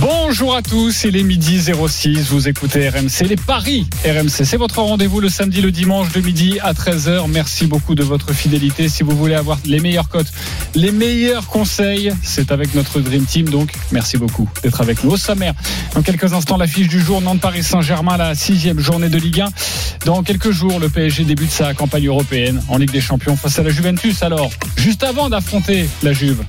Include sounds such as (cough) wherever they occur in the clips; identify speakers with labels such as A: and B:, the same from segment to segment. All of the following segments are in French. A: Bonjour à tous, il est midi 06, vous écoutez RMC, les paris RMC. C'est votre rendez-vous le samedi, le dimanche de midi à 13h. Merci beaucoup de votre fidélité. Si vous voulez avoir les meilleures cotes, les meilleurs conseils, c'est avec notre Dream Team. Donc, merci beaucoup d'être avec nous. Au sommaire, dans quelques instants, l'affiche du jour Nantes-Paris-Saint-Germain, la sixième journée de Ligue 1. Dans quelques jours, le PSG débute sa campagne européenne en Ligue des Champions face à la Juventus. Alors, juste avant d'affronter la Juve,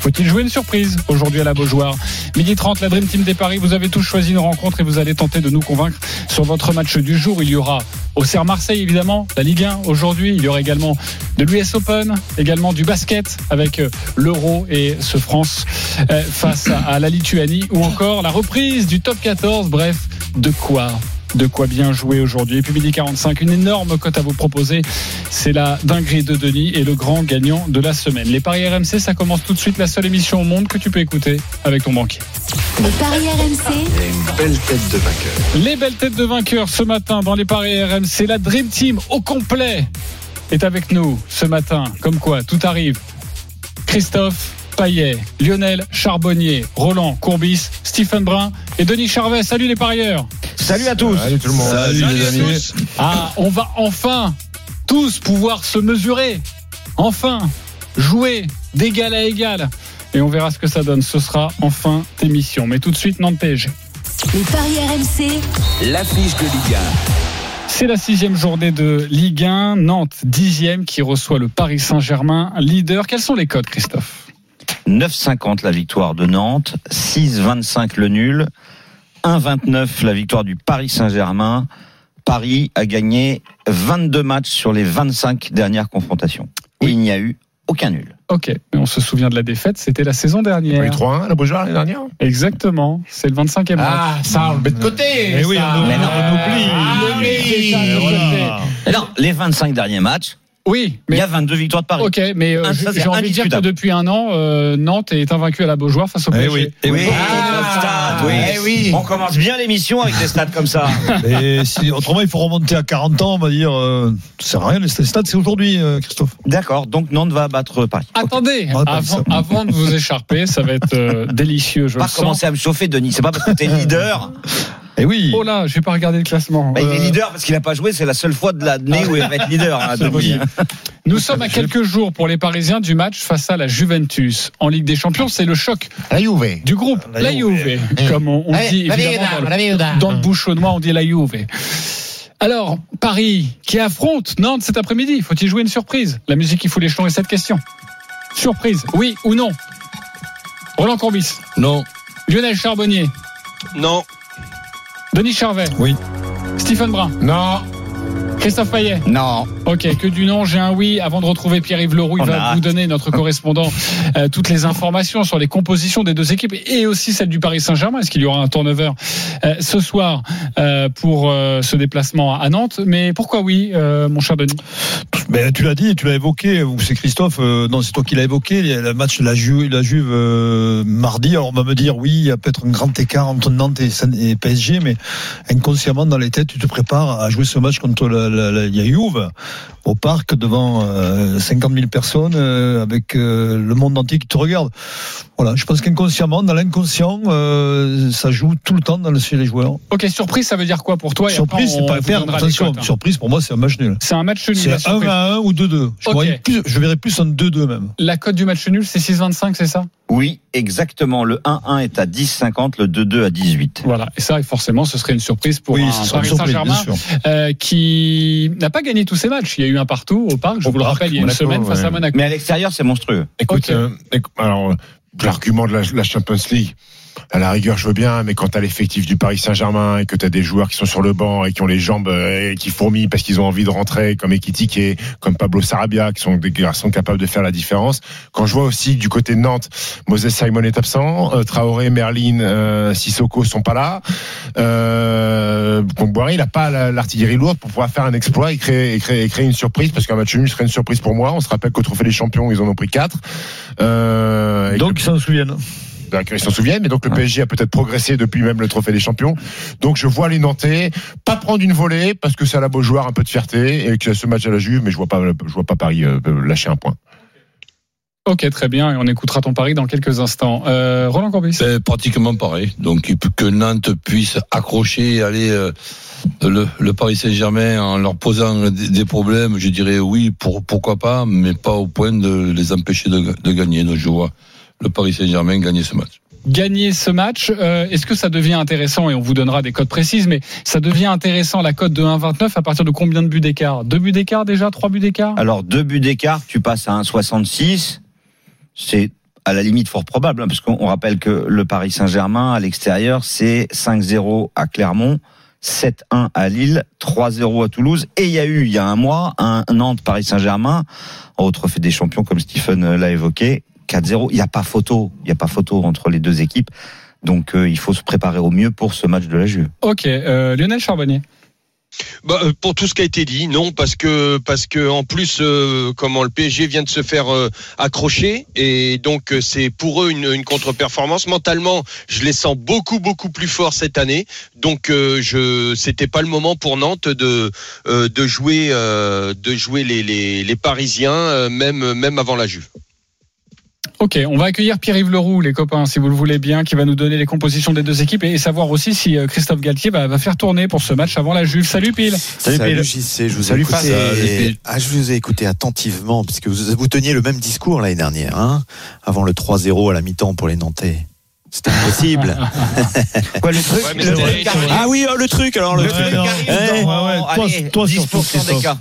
A: faut-il jouer une surprise aujourd'hui à la Beaujoire Midi 30, la Dream Team des Paris, vous avez tous choisi une rencontre et vous allez tenter de nous convaincre sur votre match du jour. Il y aura au CER Marseille évidemment, la Ligue 1 aujourd'hui, il y aura également de l'US Open, également du basket avec euh, l'Euro et ce France euh, face à, à la Lituanie ou encore la reprise du top 14. Bref, de quoi de quoi bien jouer aujourd'hui. Et puis midi 45, une énorme cote à vous proposer. C'est la dinguerie de Denis et le grand gagnant de la semaine. Les paris RMC, ça commence tout de suite. La seule émission au monde que tu peux écouter avec ton banquier.
B: Les paris RMC,
A: Les belles têtes de vainqueurs ce matin dans les paris RMC. La Dream Team au complet est avec nous ce matin. Comme quoi, tout arrive. Christophe Payet, Lionel Charbonnier, Roland Courbis, Stephen Brun et Denis Charvet. Salut les parieurs.
C: Salut à tous. Salut tout le monde.
D: Salut, les amis.
A: Ah, on va enfin tous pouvoir se mesurer. Enfin, jouer d'égal à égal. Et on verra ce que ça donne. Ce sera enfin émission. Mais tout de suite, Nantes PSG.
B: les paris RMC,
E: L'affiche de Ligue
A: C'est la sixième journée de Ligue 1. Nantes, dixième, qui reçoit le Paris Saint-Germain, leader. Quels sont les codes, Christophe
C: 9,50 la victoire de Nantes, 6,25 le nul, 1,29 la victoire du Paris Saint-Germain. Paris a gagné 22 matchs sur les 25 dernières confrontations. Et il n'y a eu aucun nul.
A: Ok, mais on se souvient de la défaite, c'était la saison
D: Il y a eu
A: dernière.
D: 3-1 à la Beaujoire l'année dernière
A: Exactement, c'est le 25e match.
D: Ah, ça, Ah, on le met de côté
A: Eh oui, ça. on-
C: Mais non, on
A: oublie.
F: Ah,
A: Ah, on oublie, c'est ça, de voilà.
C: Alors, les 25 derniers matchs,
A: Oui,
C: il
A: mais
C: y a 22 victoires de Paris.
A: Ok, mais euh,
C: Ah, ça,
A: j'ai-
C: c'est
A: j'ai envie de dire que
C: indiscutable.
A: depuis un an, euh, Nantes est invaincue à la Beaujoire face au
F: Eh
A: PSG.
C: Et oui,
D: Eh Ah,
C: les stats,
D: eh
C: oui.
D: oui.
C: On commence bien l'émission avec des stats comme
A: (laughs)
C: ça.
F: Et si, autrement, il faut remonter à 40 ans, on va dire, euh, ça sert à rien, les stats, c'est aujourd'hui, euh, Christophe.
C: D'accord, donc Nantes va battre Paris.
A: Attendez,
F: Ah, pas
A: avant,
F: ça.
A: avant de vous écharper, ça va être euh, délicieux, je
C: Pas
A: le sens.
C: commencer à me chauffer, Denis. C'est pas parce que t'es
A: (laughs)
C: leader.
F: Et oui.
A: Oh là, j'ai pas regardé le classement.
C: Bah, il est
A: Euh,
C: leader parce qu'il n'a pas joué. C'est la seule fois de l'année où il va être leader. hein,
A: C'est
C: Denis.
A: possible. Nous sommes à quelques jours pour les Parisiens du match face à la Juventus en Ligue des Champions. C'est le choc
D: La Juve.
A: du groupe, la, Juve, Eh. comme on, on dit évidemment dans le- dans
D: Mm.
A: le bouchonnois, on dit la Juve. Alors, Paris qui affronte Nantes cet après-midi, faut-il jouer une surprise La musique qui fout les jetons est cette question. Surprise, oui ou non Roland Courbis,
D: Non.
A: Lionel Charbonnier,
G: Non.
A: Denis Charvet,
F: Oui.
A: Stephen Brun,
D: Non.
A: Christophe Payet.
C: Non.
A: Ok, que du non, j'ai un oui. Avant de retrouver Pierre-Yves Leroux, il
C: On a
A: va
C: hâte.
A: vous donner, notre correspondant,
F: (laughs)
A: euh, toutes les informations sur les compositions des deux équipes et aussi celle du Paris Saint-Germain. Est-ce qu'il y aura un turnover euh, ce soir euh, pour euh, ce déplacement à Nantes Mais pourquoi oui, euh, mon cher Denis
F: Ben, tu l'as dit, et tu l'as évoqué, ou c'est Christophe, euh, non, c'est toi qui l'as évoqué, il y a le match de la Juve, la Juve euh, mardi. Alors on va me dire, oui, il y a peut-être un grand écart entre Nantes et, Saint- et PSG, mais inconsciemment dans les têtes, tu te prépares à jouer ce match contre la, la, la- la Juve au parc devant euh, 50 000 personnes, euh, avec euh, le monde entier qui te regarde. Voilà, je pense qu'inconsciemment, dans l'inconscient, euh, ça joue tout le temps dans le chez les joueurs.
A: Ok, surprise, ça veut dire quoi pour toi Et
F: surprise,
A: après,
F: c'est
A: on
F: pas à
A: vous
F: perdre.
A: donnera les
F: Attention,
A: cotes, hein.
F: surprise pour moi, c'est un match nul.
A: C'est un match nul. La,
F: C'est 1
A: surprise.
F: à 1 ou 2-2. Je,
A: Ok.
F: voyais plus- je verrais plus un 2-2 même.
A: La cote du match nul, c'est 6,25, c'est ça
C: Oui, exactement. Le 1-1 est à 10,50, le 2-2 à 18.
A: Voilà. Et ça, forcément, ce serait une surprise pour un
F: ce sera une
A: Paris
F: surprise,
A: Saint-Germain.
F: bien sûr.
A: euh, qui n'a pas gagné tous ses matchs. Il y a eu un partout au parc, je
D: Au
A: vous le
D: parc,
A: rappelle, il y a une
D: Monaco,
A: semaine face
D: ouais.
A: à Monaco.
C: Mais à l'extérieur, c'est monstrueux.
D: Écoute,
A: Ok.
D: euh, éc- alors, euh, l'argument de la, la Champions League, à la rigueur, je veux bien, mais quand t'as l'effectif du Paris Saint-Germain et que t'as des joueurs qui sont sur le banc et qui ont les jambes euh, et qui fourmillent parce qu'ils ont envie de rentrer, comme Ekitike, comme Pablo Sarabia, qui sont des garçons capables de faire la différence. Quand je vois aussi du côté de Nantes, Moses Simon est absent, euh, Traoré, Merlin, euh, Sissoko sont pas là. Euh, Comboiré, il n'a pas la- l'artillerie lourde pour pouvoir faire un exploit et créer, et créer, et créer une surprise, parce qu'un match nul serait une surprise pour moi. On se rappelle qu'au Trophée des Champions, ils en ont pris 4. Euh, et
F: Donc ils s'en souviennent.
D: ben, qu'ils s'en souviennent. Et donc le PSG a peut-être progressé depuis même le Trophée des Champions. Donc je vois les Nantais pas prendre une volée parce que c'est à la Beaujoire un peu de fierté et que ce match à la Juve, mais je vois pas, je vois pas Paris euh, lâcher un point.
A: Ok, très bien. Et on écoutera ton pari dans quelques instants. Euh, Roland Courbis.
G: C'est Ben, pratiquement pareil. Donc il peut- que Nantes puisse accrocher, aller euh, le, le Paris Saint-Germain en leur posant des, des problèmes, je dirais oui, pour, pourquoi pas, mais pas au point de les empêcher de, de gagner. Donc je vois le Paris Saint-Germain gagner ce match.
A: gagner ce match. Euh, Est-ce que ça devient intéressant Et on vous donnera des codes précises, mais ça devient intéressant la cote de 1,29 à partir de combien de buts d'écart Deux buts d'écart déjà Trois buts d'écart
C: Alors, deux buts d'écart, tu passes à 1,66. C'est à la limite fort probable, hein, parce qu'on on rappelle que le Paris Saint-Germain, à l'extérieur, c'est 5-0 à Clermont, 7-1 à Lille, 3-0 à Toulouse. Et il y a eu, il y a un mois, un Nantes-Paris Saint-Germain, au Trophée des Champions, comme Stephen euh, l'a évoqué, 4-0. Il n'y a pas photo. Il n'y a pas photo entre les deux équipes. Donc, euh, il faut se préparer au mieux pour ce match de la Juve.
A: Ok, euh, Lionel Charbonnier.
H: Bah, euh, pour tout ce qui a été dit, non, parce que parce que en plus, euh, comment le PSG vient de se faire euh, accrocher et donc euh, c'est pour eux une, une contre-performance. Mentalement, je les sens beaucoup beaucoup plus forts cette année. Donc euh, je c'était pas le moment pour Nantes de euh, de jouer euh, de jouer les les, les Parisiens euh, même même avant la Juve.
A: Ok, on va accueillir Pierre-Yves Leroux, les copains, si vous le voulez bien, qui va nous donner les compositions des deux équipes et, et savoir aussi si euh, Christophe Galtier va, va faire tourner pour ce match avant la Juve. Salut Pile
I: Salut,
C: Pile.
I: JC, je vous
D: Salut,
I: ai écouté,
D: Fab. Salut,
I: ah, je vous ai écouté attentivement puisque vous, vous teniez le même discours l'année dernière, hein, avant le 3-0 à la mi-temps pour les Nantais. C'était impossible.
C: Quoi, le truc?
H: Ouais, mais
C: le-
H: c'est vrai, c'est vrai.
I: ah oui, euh, le truc alors le
F: Ouais,
I: truc.
F: non.
I: Eh,
F: Ouais, ouais, toi-
C: Allez,
F: toi surtout,
C: 10%
F: Christophe.
C: d'écart.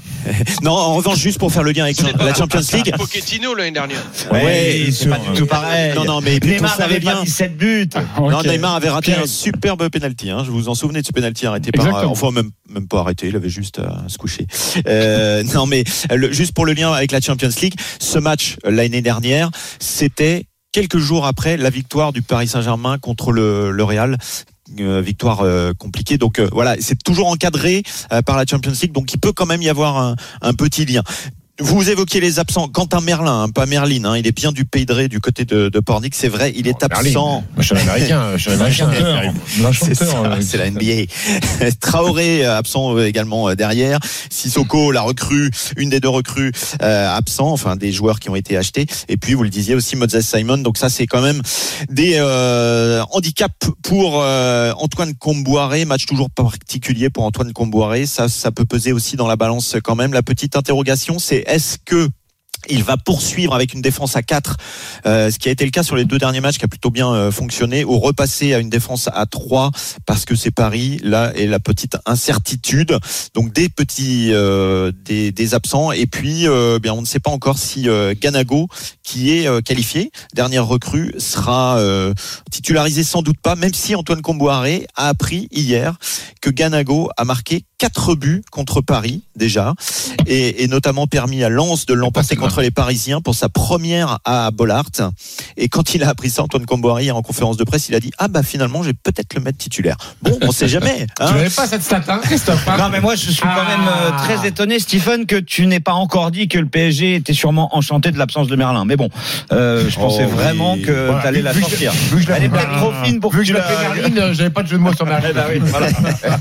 I: non, en revanche juste pour faire le lien avec la Champions League.
H: Pochettino l'année dernière.
C: Ouais,
I: Ouais,
C: c'est pas du tout pareil.
I: Non non, mais puis on
C: Neymar
I: savait
C: n'avait pas
I: bien.
C: 17 buts.
I: Non,
A: Ok.
I: Neymar avait raté
A: Pierre-
I: un superbe penalty. Hein. Je vous en souvenez de ce penalty arrêté par, euh,
A: Exactement.
I: enfin même même pas arrêté, il avait juste à se coucher. Euh, (laughs) non, mais le- juste pour le lien avec la Champions League, ce match euh, l'année dernière, c'était quelques jours après la victoire du Paris Saint-Germain contre le, le Real. Euh, victoire euh, compliquée donc euh, voilà c'est toujours encadré euh, par la Champions League donc il peut quand même y avoir un, un petit lien vous évoquiez les absents Quentin Merlin hein, pas Merlin hein, il est bien du Pays de Ré du côté de, de Pornic c'est vrai il est
D: Bon, Merlin.
I: absent
D: Moi, je suis un
I: (laughs)
D: américain, je suis un américain.
F: Chanteur, la
I: c'est
F: chanteur,
I: ça,
F: euh,
I: c'est la NBA. (laughs) Traoré euh, absent euh, également euh, derrière. Sissoko, la recrue, une des deux recrues euh, absent, enfin des joueurs qui ont été achetés. Et puis vous le disiez aussi Moses Simon. Donc ça c'est quand même des euh, handicaps pour euh, Antoine Comboiré. Match toujours particulier pour Antoine Comboiré. Ça ça peut peser aussi dans la balance quand même. La petite interrogation c'est est-ce que il va poursuivre avec une défense à 4 euh, ce qui a été le cas sur les deux derniers matchs qui a plutôt bien euh, fonctionné, ou repasser à une défense à 3 parce que c'est Paris, là, et la petite incertitude. Donc des petits, euh, des, des absents, et puis euh, bien, on ne sait pas encore si euh, Ganago, qui est euh, qualifié, dernière recrue, sera euh, titularisé sans doute pas, même si Antoine Comboiré a appris hier que Ganago a marqué 4 buts contre Paris déjà, et, et notamment permis à Lens de l'emporter contre les Parisiens pour sa première à Bollard. Et quand il a appris ça, Antoine Comboiré hier en conférence de presse, il a dit ah bah finalement je vais peut-être le mettre titulaire. Bon, on
F: (laughs)
I: sait jamais. hein.
D: Tu n'avais pas cette stat, hein, Christophe hein
C: Non mais moi je suis quand même
F: Ah.
C: euh, très étonné Stephen que tu n'aies pas encore dit que le PSG était sûrement enchanté de l'absence de Merlin. Mais bon, euh, je pensais
I: oui.
C: vraiment que
D: Oh Voilà.
C: tu allais la
D: Vu que-
C: sortir.
D: vu que je la-
C: Elle est peut-être trop fine pour
D: Ah. Vu
C: que tu
D: que je
C: la Eh ben (laughs)
D: l'appelais Merlin, euh, j'avais pas de jeu de mots sur Merlin. (laughs)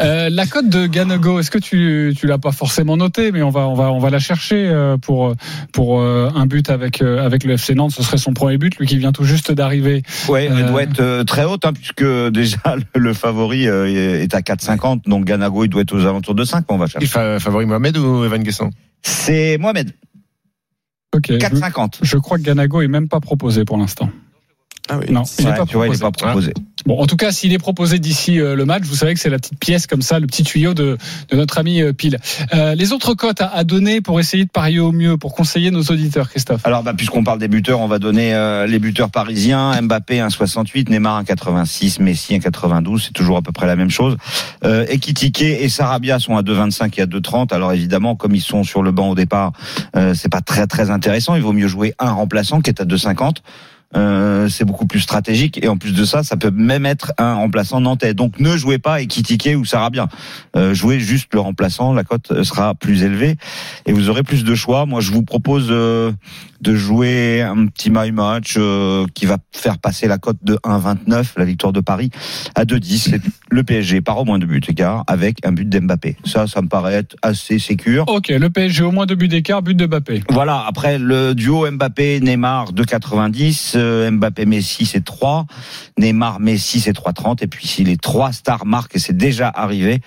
A: Euh, la cote de Ganago, est-ce que tu tu l'as pas forcément notée, mais on va on va on va la chercher euh, pour pour euh, un but avec euh, avec le FC Nantes, ce serait son premier but, lui qui vient tout juste d'arriver.
C: Ouais,
A: Euh.
C: elle doit être euh, très haute hein, puisque (laughs) déjà le, le favori euh, est à 4,50 donc Ganago il doit être aux alentours de 5 mais on va
D: Il
C: chercher.
D: fa- favori Mohamed ou Evan Guesson
C: C'est Mohamed
A: Ok. je-
C: 4,50.
A: Je crois que Ganago est même pas proposé pour l'instant.
I: Ah oui.
A: Non, il n'est
C: Ouais,
A: pas
C: tu vois, il
A: proposé. Hein
C: n'est pas proposé.
A: Bon, en tout cas, s'il est proposé d'ici euh, le match, vous savez que c'est la petite pièce comme ça, le petit tuyau de, de notre ami euh, Pile. Euh, les autres cotes à, à donner pour essayer de parier au mieux, pour conseiller nos auditeurs, Christophe.
C: Alors, bah, puisqu'on parle des buteurs, on va donner euh, les buteurs parisiens. Mbappé 1,68, Neymar 1,86, Messi 1,92. C'est toujours à peu près la même chose. Euh, Ekitike et Sarabia sont à 2,25 et à 2,30. Alors évidemment, comme ils sont sur le banc au départ, euh, c'est pas très très intéressant. Il vaut mieux jouer un remplaçant qui est à 2,50. Euh, c'est beaucoup plus stratégique et en plus de ça, ça peut même être un remplaçant nantais. Donc ne jouez pas Ekitike ou Sarabia. Euh, jouez juste le remplaçant. La cote sera plus élevée et vous aurez plus de choix. Moi, je vous propose. euh, de jouer un petit my match euh, qui va faire passer la cote de 1,29, la victoire de Paris, à 2,10. Et Le PSG part au moins de buts d'écart avec un but d'Mbappé. Ça, ça me paraît être assez sécure.
A: Ok, le PSG au moins deux buts d'écart, but de Mbappé.
C: Voilà, après le duo Mbappé-Neymar 2,90, euh, Mbappé-Messi c'est 3, Neymar-Messi c'est 3,30, et puis si les trois stars marquent, et c'est déjà arrivé,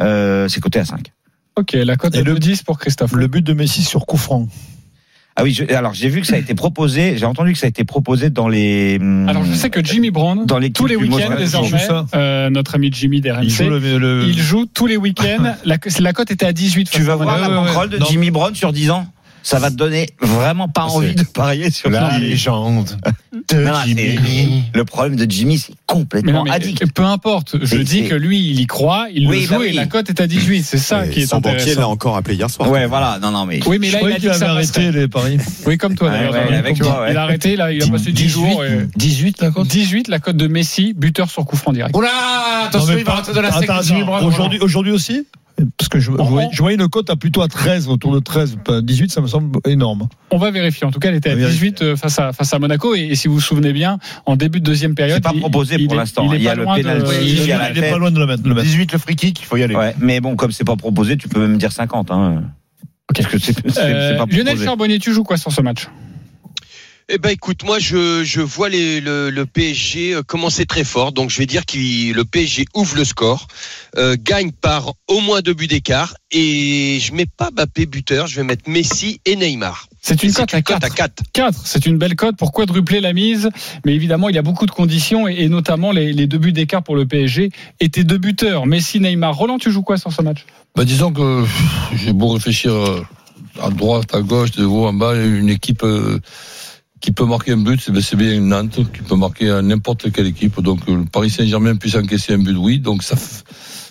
C: euh, c'est coté à 5.
A: Ok, la cote
F: Et
A: est de
F: le-
A: 10 pour Christophe.
F: Le but de Messi sur coup franc.
C: Ah oui, je- alors j'ai vu que ça a été proposé, j'ai entendu que ça a été proposé dans les... hum,
A: Alors je sais que Jimmy Brown,
C: dans l'équipe
A: tous les
C: du
A: week-ends
C: Moselle,
A: désormais,
F: joue ça.
A: euh, notre ami Jimmy
F: Il joue
A: d'RMC,
F: le, le-
A: il joue tous les week-ends. La, la cote était à 18.
C: Tu vas voir
F: Ouais, ouais,
C: la
F: ouais.
C: banquerolle de
F: Non.
C: Jimmy Brown sur 10 ans ça va te donner vraiment pas envie de parier sur
D: La
C: lui.
D: légende de
C: Non, c'est-
D: Jimmy.
C: Le problème de Jimmy, c'est
A: Mais non,
C: complètement
A: mais euh,
C: addict.
A: peu importe, je
C: C'est-
A: dis
C: c'est-
A: que lui, il y croit, il le
C: Oui,
A: joue
C: bah oui.
A: et la cote est à 18. C'est ça
I: Et
A: qui est
I: son banquier
A: intéressant.
I: l'a encore appelé hier soir.
C: Ouais, voilà, non, non, mais...
A: Oui, mais
F: Je
A: là, il
F: croyais
A: a dit
F: qu'il
A: que
F: avait
A: ça
F: arrêté
A: passerait.
F: les paris.
A: Oui, comme toi,
C: Ouais,
A: d'ailleurs.
C: ouais,
A: Jean-Pierre.
C: avec toi, ouais.
A: Il a arrêté, là, il a passé 10 jours. euh, et-
G: 18 la cote
A: 18, la cote de Messi, buteur sur coup franc direct.
G: Oula
F: Non, mais pas- attends, attends, Aujourd'hui, aujourd'hui aussi Parce que je,
A: Oh,
F: je voyais, je voyais une cote à plutôt à 13, autour de 13, pas 18, ça me semble énorme.
A: On va vérifier. En tout cas, elle était à
F: On va
A: 18 euh, face à, face à Monaco. Et, et si vous vous souvenez bien, en début de deuxième période.
C: C'est pas
A: il-
C: proposé
A: il
C: pour
A: est-
C: l'instant.
A: est
C: Il y a
A: pas
C: le
A: loin de-
C: penalty,
A: ouais,
C: il y a
A: est-
C: la
F: Il est
C: tête.
F: pas loin de le mettre. Le mettre.
D: 18 le free kick, il faut y aller.
C: Ouais, mais bon, comme c'est pas proposé, tu peux même dire 50. Hein. Parce que c'est c'est-
A: Euh,
C: c'est pas
A: Lionel
C: proposé.
A: Charbonnier, tu joues quoi sur ce match
H: Eh ben écoute, moi je, je vois les, le, le PSG euh, commencer très fort, donc je vais dire que le PSG ouvre le score, euh, gagne par au moins deux buts d'écart, et je mets pas Mbappé buteur, je vais mettre Messi et Neymar.
A: C'est une
H: C'est
A: cote à 4.
H: à 4.
A: 4, c'est une belle cote pour quadrupler la mise. Mais évidemment, il y a beaucoup de conditions et, et notamment les, les deux buts d'écart pour le PSG étaient deux buteurs. Messi, Neymar. Roland, tu joues quoi sur ce match
G: Bah, disons que pff, j'ai beau réfléchir euh, à droite, à gauche, de haut en bas, une équipe euh, qui peut marquer un but, c'est ben, c'est bien Nantes, qui peut marquer à n'importe quelle équipe. Donc euh, le Paris Saint-Germain puisse encaisser un but, oui. Donc ça f-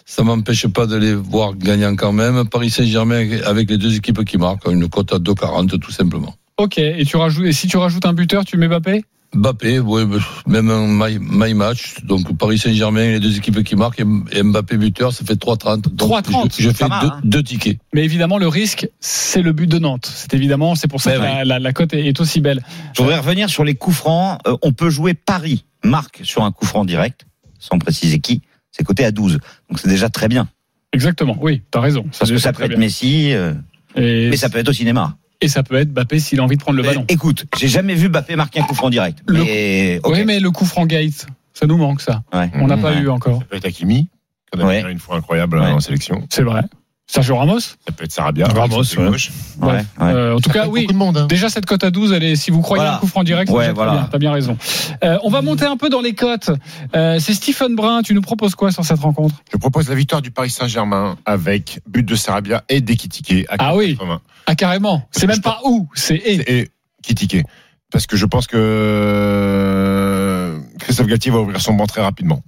G: ça m'empêche pas de les voir gagnant quand même. Paris Saint-Germain avec les deux équipes qui marquent, une cote à 2,40 tout simplement.
A: Ok, et, tu rajoutes, et si tu rajoutes un buteur, tu mets Mbappé
G: Mbappé, ouais, bah, même un my, my match, donc Paris Saint-Germain, les deux équipes qui marquent, et Mbappé buteur, ça fait 3,30. Donc,
A: 3,30,
G: Je, je
C: c'est
G: fais
C: pas mal,
G: deux,
C: hein.
G: deux tickets.
A: Mais évidemment, le risque, c'est le but de Nantes. C'est évidemment, c'est pour
G: Ben
A: ça que la, la- la cote est, est aussi belle.
C: Je voudrais revenir sur les coups francs. Euh, on peut jouer Paris, Marc, sur un coup franc direct, sans préciser qui. C'est coté à 12. Donc c'est déjà très bien.
A: Exactement, oui, t'as raison.
C: Parce que ça peut
A: très
C: être
A: bien.
C: Messi, euh,
A: Et,
C: mais ça peut être au cinéma.
A: et ça peut être Mbappé s'il a envie de prendre le
C: Mais
A: ballon.
C: Écoute, j'ai jamais vu Mbappé marquer un coup franc direct.
A: Le-
C: Mais, ok.
A: Oui, mais le coup franc Gates, ça nous manque ça.
C: Ouais.
A: On n'a pas
C: Ouais.
A: eu encore.
D: Ça peut être Hakimi, qu'on a
C: Ouais.
D: vu une fois incroyable
C: Ouais.
D: hein, en sélection.
A: C'est vrai. Sergio Ramos
D: Ça peut être Sarabia. hein,
F: Ramos,
D: c'est
F: ouais.
D: gauche.
C: Ouais,
A: Bref.
C: ouais.
A: Euh, Ah, En tout cas,
D: Beaucoup
A: oui.
D: de monde, hein.
A: Déjà cette cote à 12, elle est, si vous croyez
C: Voilà.
A: un coup franc direct,
C: Ouais,
A: c'est déjà très
C: voilà.
A: bien, t'as bien raison. Euh, on va monter un peu dans les cotes. Euh, c'est Stephen Brun, tu nous proposes quoi sur cette rencontre
D: Je propose la victoire du Paris Saint-Germain avec but de Sarabia et d'Ekitike à
A: Ah oui.
D: 80.
A: Ah carrément, c'est même pas où, c'est E. et.
D: Et Kitike. Parce que je pense que euh, Christophe Galtier va ouvrir son banc très rapidement.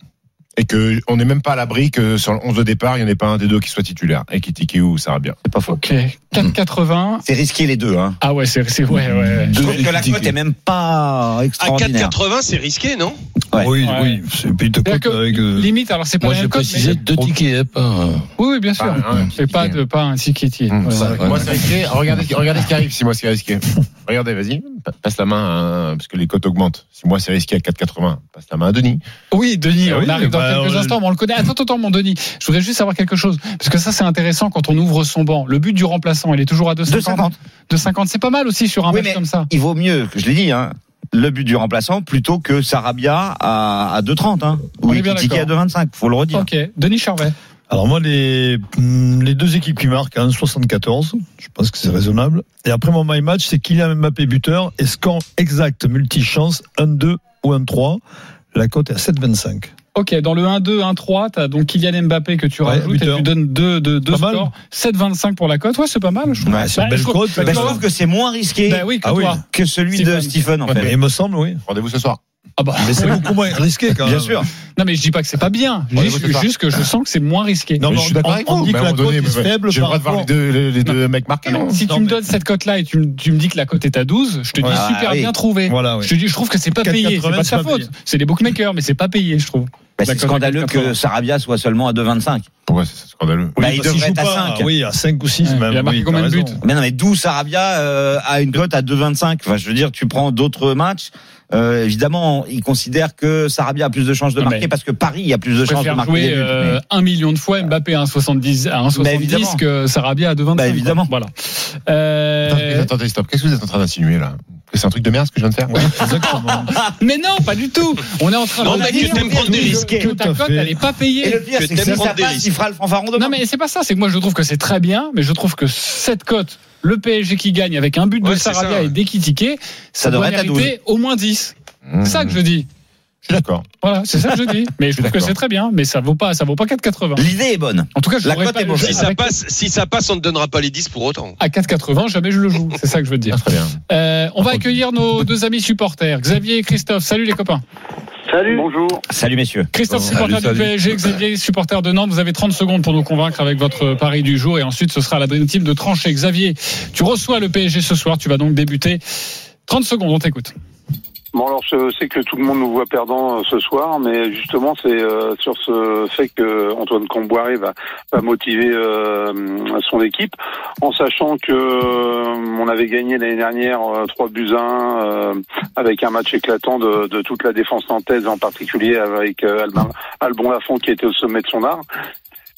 D: Et que on n'est même pas à l'abri que sur le 11 de départ, il n'y en ait pas un des deux qui soit titulaire. Et Kitike ou Sarabia.
C: C'est pas faux.
A: Ok, 4,80.
C: C'est risqué les deux. Hein.
A: Ah ouais, c'est c'est- ouais, ouais, ouais.
C: Je
G: Deux
C: trouve que la cote
G: tickets.
C: est même pas
H: À
C: Ah, extraordinaire.
H: 4,80, c'est risqué, non
C: Ouais.
F: Oui,
A: Ouais.
F: oui, c'est puis de
A: C'est-à-dire
F: cote
A: que
F: avec. euh,
A: Limite, alors c'est pas
G: Moi,
A: la
G: j'ai
A: même cote,
G: précisé
A: mais-
G: deux tickets. hein, pas, euh,
A: Oui, oui, bien sûr.
D: Pas un
A: Et pas
D: Ekitike.
A: de pas un ticketier.
D: Hum,
A: Ouais,
D: ça,
A: ouais.
G: ouais.
D: Moi, c'est risqué. Ah, Regardez, regardez ce qui arrive si moi c'est risqué. Regardez, vas-y, pa- passe la main à un- parce que les cotes augmentent. Si moi c'est risqué à 4,80, passe la main à Denis.
A: Oui, Denis,
F: Ah
A: on
F: oui,
A: arrive dans
F: bah,
A: quelques
F: on-
A: instants, mais on le connaît. Attends, attends, mon Denis. Je voudrais juste savoir quelque chose. Parce que ça, c'est intéressant quand on ouvre son banc. Le but du remplaçant, il est toujours à 2,50.
C: 2,50.
A: 2,50, c'est pas mal aussi sur un
C: Oui,
A: match
C: mais-
A: comme ça.
C: Il vaut mieux, je l'ai dit, hein, le but du remplaçant plutôt que Sarabia à, à 2,30. Hein,
A: On
C: ou
A: est bien
C: Ekitike à 2,25. Faut le redire.
A: Ok, Denis Charvet.
F: Alors moi, les, hum, les deux équipes qui marquent à 1,74, je pense que c'est raisonnable. Et après mon my match, c'est Kylian Mbappé buteur et score exact multi-chance 1-2 ou 1-3. La cote est à 7,25.
A: Ok, dans le 1-2, 1-3, t'as donc Kylian Mbappé que tu
F: Ouais,
A: rajoutes et
F: buteur.
A: tu donnes 2 deux, deux
F: Pas mal.
A: scores. 7-25 pour la cote. Ouais, c'est pas mal, je trouve.
F: Ouais, c'est une
A: Bah,
F: belle
A: je-
F: cote.
A: bah,
C: Ben, je
A: Euh,
C: trouve que c'est moins risqué
A: Bah oui, que
F: Ah oui.
A: toi.
C: que celui de Stephen, en
F: Ouais, mais
C: fait.
F: il me semble, oui.
D: Rendez-vous ce soir.
A: Ah bah,
F: Mais c'est beaucoup moins risqué
A: Euh,
F: quand même.
C: Bien sûr.
A: Non, mais je dis pas que c'est pas bien. Je
D: Ouais,
A: dis
D: mais c'est
A: ju-
D: ça.
A: juste que je sens que c'est moins risqué.
F: Non,
D: Mais
F: mais
D: je suis d'accord
F: on-
D: avec
F: on
D: vous.
F: dit
D: mais
F: que
D: à un
F: la
D: moment
F: cote
D: donné,
F: est
D: mais-
F: faible
D: J'ai le
F: par
D: droit de voir les
F: rapport.
D: deux, les- les deux mecs marquer. non
A: Si tu
F: Non,
A: me
F: mais-
A: donnes cette cote-là et tu me, tu me dis que la cote est à 12, je te dis
C: Ah,
A: super
C: oui.
A: bien trouvé.
F: Voilà, oui.
A: Je te dis, je trouve que c'est pas payé. C'est
F: 4,80,
A: pas de sa
F: c'est pas
A: faute.
F: payé.
A: C'est les bookmakers, mais c'est pas payé, je trouve.
C: Bah, c'est
A: D'accord,
C: scandaleux
A: d'accord,
C: que
A: d'accord.
C: Sarabia soit seulement à 2,25.
D: Pourquoi c'est scandaleux
C: Bah,
F: Oui,
C: il
F: parce qu'il
C: devrait
F: joue
C: être à
F: pas.
C: 5.
F: Oui, à 5 ou 6
A: Ouais,
F: même.
A: il a marqué
F: Oui,
A: combien
F: t'as
A: de buts
F: raison.
C: Mais non, mais d'où Sarabia euh, a une cote à 2,25 Enfin, je veux dire, tu prends d'autres matchs. euh, évidemment, ils considèrent que Sarabia a plus de chances de
A: Non,
C: marquer
A: Ah, mais-
C: parce que Paris a plus de
A: Je
C: chances de
A: préfère
C: marquer.
A: jouer
C: des buts.
A: euh, un million de fois Mbappé à 1,70 à
C: Bah, évidemment.
A: 1,70 que Sarabia à 2,25.
C: Bah, évidemment.
A: quoi. Voilà. Euh,
D: Attends, attendez, stop. Qu'est-ce que vous êtes en train d'insinuer là Que c'est un truc de merde ce que je viens de faire
F: Exactement.
A: (laughs) mais non, pas du tout. On est en train
H: Non,
A: de
H: mais
A: dire
H: tu t'aimes prendre des
A: que-
H: risques.
A: que
F: Tout
A: ta
F: à
A: cote
F: fait.
A: elle est pas
C: Mais- Et
A: payée.
C: le pire,
H: que
C: c'est que
H: t'aimes
C: si ça
H: prendre des
C: passe,
H: risques.
C: il fera le fanfaron demain.
A: Non mais c'est pas ça, c'est que moi je trouve que c'est très bien, mais je trouve que cette cote, le PSG qui gagne avec un but de
H: Ouais, c'est
A: Sarabia
H: ça, ouais.
A: et d'équitiqué, ça,
C: Ça
A: doit
C: devrait être à
A: mériter au moins 10.
D: là
A: C'est ça que je dis.
D: Mmh, Je suis d'accord.
A: Voilà, c'est ça que je dis. Mais je trouve que
D: D'accord.
A: c'est très bien, mais ça vaut pas, ça vaut pas 4,80.
C: L'idée est bonne.
A: En tout cas, je
C: La
A: l'aurais
C: cote
A: pas
C: est
A: le-
C: mauvaise.
A: avec-
H: Si ça passe, si ça passe, on ne donnera pas les 10 pour autant.
A: À 4,80, jamais je le joue. C'est ça que je veux te dire.
D: Ah, très bien.
A: Euh, on va accueillir nos deux amis supporters, Xavier et Christophe. Salut les copains.
J: Salut. Bonjour.
C: Salut messieurs.
A: Christophe,
D: Bon,
A: supporter
D: Oh, salut,
A: du
D: salut.
A: PSG, Xavier, supporter de Nantes. Vous avez 30 secondes pour nous convaincre avec votre pari du jour et ensuite ce sera à la Dream Team de trancher. Xavier, tu reçois le PSG ce soir. Tu vas donc débuter. 30 secondes, on t'écoute.
J: Bon alors je sais que tout le monde nous voit perdant euh, ce soir, mais justement c'est euh, sur ce fait que Antoine Comboiré va, va motiver euh, son équipe, en sachant que euh, on avait gagné l'année dernière euh, 3 buts à 1 euh, avec un match éclatant de, de toute la défense nantaise, en particulier avec euh, Albin- Albon Lafont qui était au sommet de son art.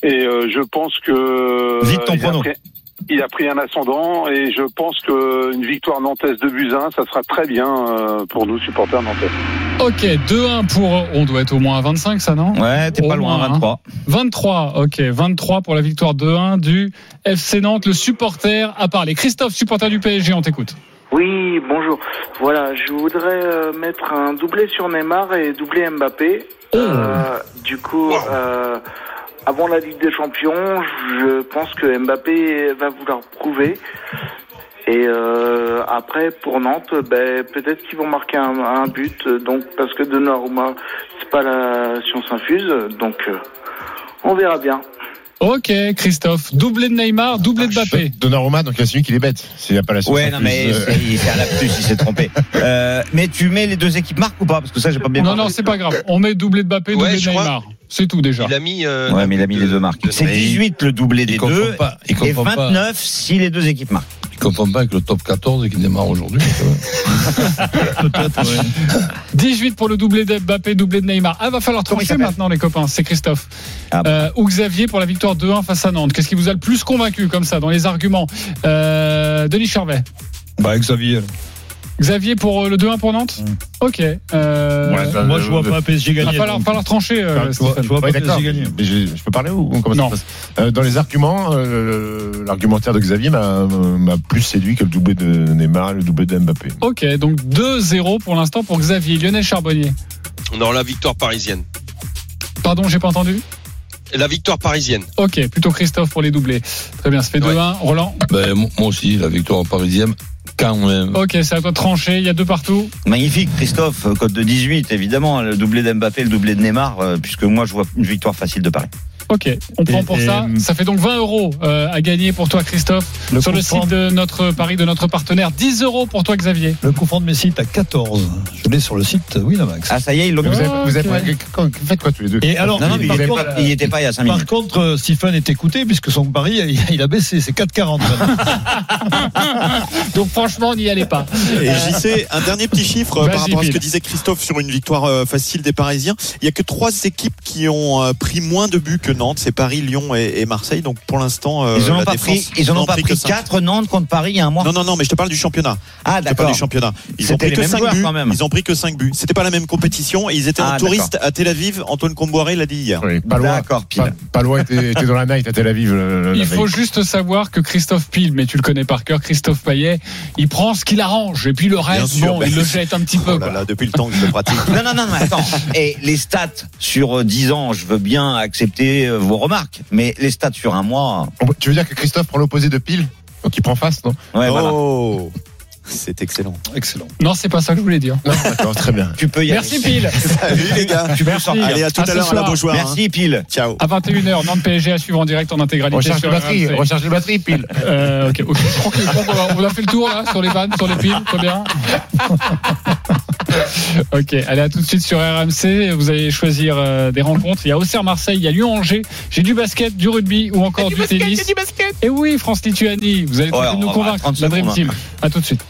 J: Et euh, je pense que euh,
C: Vite ton
J: il a
C: prono.
J: pris- il a pris un ascendant et je pense que une victoire nantaise de Buzyn, ça sera très bien euh, pour nous supporters nantais.
A: Ok, 2-1 pour. On doit être au moins à 25, ça non
C: Ouais, t'es
A: Au
C: pas loin,
A: moins, hein.
C: 23.
A: 23, ok, 23 pour la victoire 2-1 du FC Nantes. Le supporter à parler. Christophe, supporter du PSG, on t'écoute.
J: Oui, bonjour. Voilà, je voudrais euh, mettre un doublé sur Neymar et doublé Mbappé. Euh, du coup, euh, avant la Ligue des Champions, je pense que Mbappé va vouloir prouver. Et euh, après, pour Nantes, ben, peut-être qu'ils vont marquer un, un but. euh, Donc, parce que de normal, c'est pas la science infuse. Donc, euh, on verra bien.
A: Ok, Christophe, doublé de Neymar, doublé de Mbappé.
D: Donnarumma, donc il insinue qu'il est bête. S'il n'y a pas la
C: Ouais,
D: science
C: non
D: infuse,
C: mais
D: euh,
C: c'est c'est un lapsus, il s'est trompé. Euh, mais tu mets les deux équipes marques ou pas Parce que ça, j'ai pas bien
A: Non,
C: compris.
A: non, c'est pas grave. On met doublé de Mbappé,
H: Ouais,
A: doublé de
H: je crois.
A: Neymar. C'est tout déjà.
H: Il a mis. euh,
C: Ouais, mais il a mis les deux marques.
H: de-
C: C'est
H: Mais il-
C: 18 le doublé des
G: Il confond
C: deux.
G: pas. Il
C: Et
G: confond pas.
C: 29 si les deux équipes marquent.
G: Il confond pas avec le top 14 qui démarre aujourd'hui. quand même.
A: 18 pour le doublé de Mbappé, doublé de Neymar. Ah, va falloir
C: Comment il
A: trancher
C: s'appelle
A: maintenant, les copains. C'est Christophe.
C: Ah bon.
A: Euh, ou Xavier pour la victoire 2-1 face à Nantes. Qu'est-ce qui vous a le plus convaincu, comme ça, dans les arguments euh, Denis Charvet.
F: Bah, Xavier.
A: Xavier pour euh, le 2-1 pour Nantes Ok. Euh,
D: Ouais, ça-
F: Moi, je vois pas PSG
A: va
F: gagner.
A: falloir,
F: donc.
A: falloir trancher, euh,
D: Enfin, Bah, tu vois-
A: Stéphane.
F: Je vois
D: Ouais,
F: pas
D: d'accord.
F: PSG gagner.
D: Mais je, je peux parler ou comment
A: Non.
D: ça se passe Euh, Dans les arguments, euh, l'argumentaire de Xavier m'a m'a plus séduit que le doublé de Neymar et le doublé de Mbappé.
A: Ok, donc 2-0 pour l'instant pour Xavier. Lionel Charbonnier.
H: On aura la victoire parisienne.
A: Pardon, j'ai pas entendu
H: La victoire parisienne.
A: Ok, plutôt Christophe pour les doublés. Très bien, ça fait
H: Ouais.
A: 2-1. Roland
G: Ben, moi moi aussi, la victoire parisienne, quand même.
D: Oh,
A: Ok, c'est à toi de trancher. Il y a deux partout.
C: Magnifique, Christophe, euh, code de 18, évidemment, le doublé d'Mbappé, le doublé de Neymar, euh, puisque moi je vois une victoire facile de Paris.
A: Ok, on prend
F: Et-
A: pour
F: et-
A: ça. Ça fait donc 20 euros euh, à gagner pour toi, Christophe.
F: Le
A: sur
F: coup
A: le
F: franc-
A: site de notre pari de notre partenaire. 10 euros pour toi, Xavier.
F: Le coup franc de Messi est à 14. Je l'ai sur le site Winamax.
C: Ah ça y est, ils l'ont
D: Vous,
C: mis.
D: avez, vous avez
A: Ok.
D: pas- quand- faites quoi tous les deux
F: Et alors,
C: Non, non, mais
F: par
C: il,
F: contre,
C: était pas, il y était pas il y a 5
F: Par
C: minutes.
F: contre, euh, Stephen est écouté puisque son pari il- il a baissé, c'est 4,40.
A: Donc franchement, n'y allez pas.
I: Et JC, un dernier petit chiffre euh,
A: Vas-y,
I: par rapport à ce
A: Bill.
I: que disait Christophe sur une victoire euh, facile des Parisiens. Il y a que trois équipes qui ont euh, pris moins de buts que Nantes, c'est Paris, Lyon et, et Marseille. Donc pour l'instant, euh,
C: Ils en ont
I: la
C: pas
I: défense
C: pris, ils en
I: n'en
C: ont pas
I: pris
C: pris
I: cinq.
C: 4 Nantes contre Paris il y a un mois.
I: Non, non, non, mais je te parle du championnat. Je
C: ah
I: te parle
C: d'accord.
I: du championnat. Ils
C: C'était
I: ont pris
C: les
I: que
C: mêmes
I: 5
C: joueurs,
I: buts.
C: quand même.
I: Ils ont pris que 5 buts. C'était pas la même compétition et ils étaient
C: Ah,
I: en touriste à Tel Aviv. Antoine Comboiré l'a dit hier.
D: Oui, pas loin.
C: D'accord,
D: Pas,
C: pile.
D: pas loin était, était dans la night à Tel Aviv. le- le- la
A: Il
D: veille.
A: faut juste savoir que Christophe Pile, mais tu le connais par cœur, Christophe Payet, il prend ce qu'il arrange et puis le reste,
I: sûr,
A: bon,
I: bah,
A: il le jette un petit peu.
I: Oh là
A: quoi.
I: là, depuis le temps que je le pratique.
C: Non, non, non, mais attends. Et les stats sur euh, 10 ans, je veux bien accepter euh, vos remarques, mais les stats sur un mois,
D: On- Tu veux dire que Christophe prend l'opposé de pile Donc il prend face, non
C: (laughs) ouais, voilà.
I: oh, c'est
C: (laughs)
I: excellent.
F: Excellent.
A: Non, c'est pas ça que je voulais dire.
D: Non, d'accord, très bien.
C: Tu peux y aller.
A: Merci Pile.
I: Salut les gars.
C: Tu peux sortir.
I: Allez, à tout
A: À
I: à,
A: ce
I: l'heure à la
A: soir.
I: Beaujoire. hein.
C: Merci Pile.
I: Ciao.
A: À 21h, Nantes PSG à suivre en direct en intégralité
D: Recharge les
A: sur
D: batteries,
A: RMC.
D: recharge les batteries, pile.
A: Euh, (laughs) ok, ok. Je crois qu'on- on a fait le tour là sur les vannes, sur les piles, très bien. (laughs) ok, allez, à tout de suite sur RMC. Vous allez choisir euh, des rencontres. Il y a Auxerre Marseille, il y a Lyon Angers. J'ai du basket, du rugby ou encore Ah, du, tennis. Et oui, France Lituanie. Vous allez
C: Ouais, Oh, on
A: tenter de nous
C: va
A: convaincre.
C: 30
A: La Dream
C: secondes,
A: Team. À tout de suite.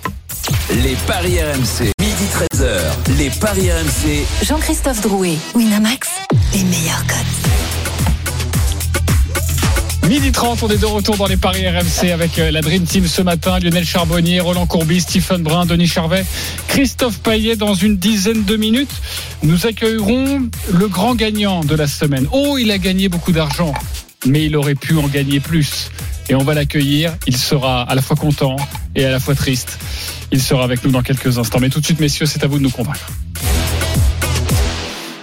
E: Les paris RMC, midi 13h. Les paris RMC,
B: Jean-Christophe Drouet, Winamax, les meilleurs codes.
A: Midi 30, on est de retour dans les paris RMC avec euh, la Dream Team ce matin. Lionel Charbonnier, Roland Courbis, Stephen Brun, Denis Charvet, Christophe Payet. Dans une dizaine de minutes, nous accueillerons le grand gagnant de la semaine. Oh, il a gagné beaucoup d'argent, mais il aurait pu en gagner plus. Et on va l'accueillir. Il sera à la fois content et à la fois triste. Il sera avec nous dans quelques instants. Mais tout de suite, messieurs, c'est à vous de nous convaincre.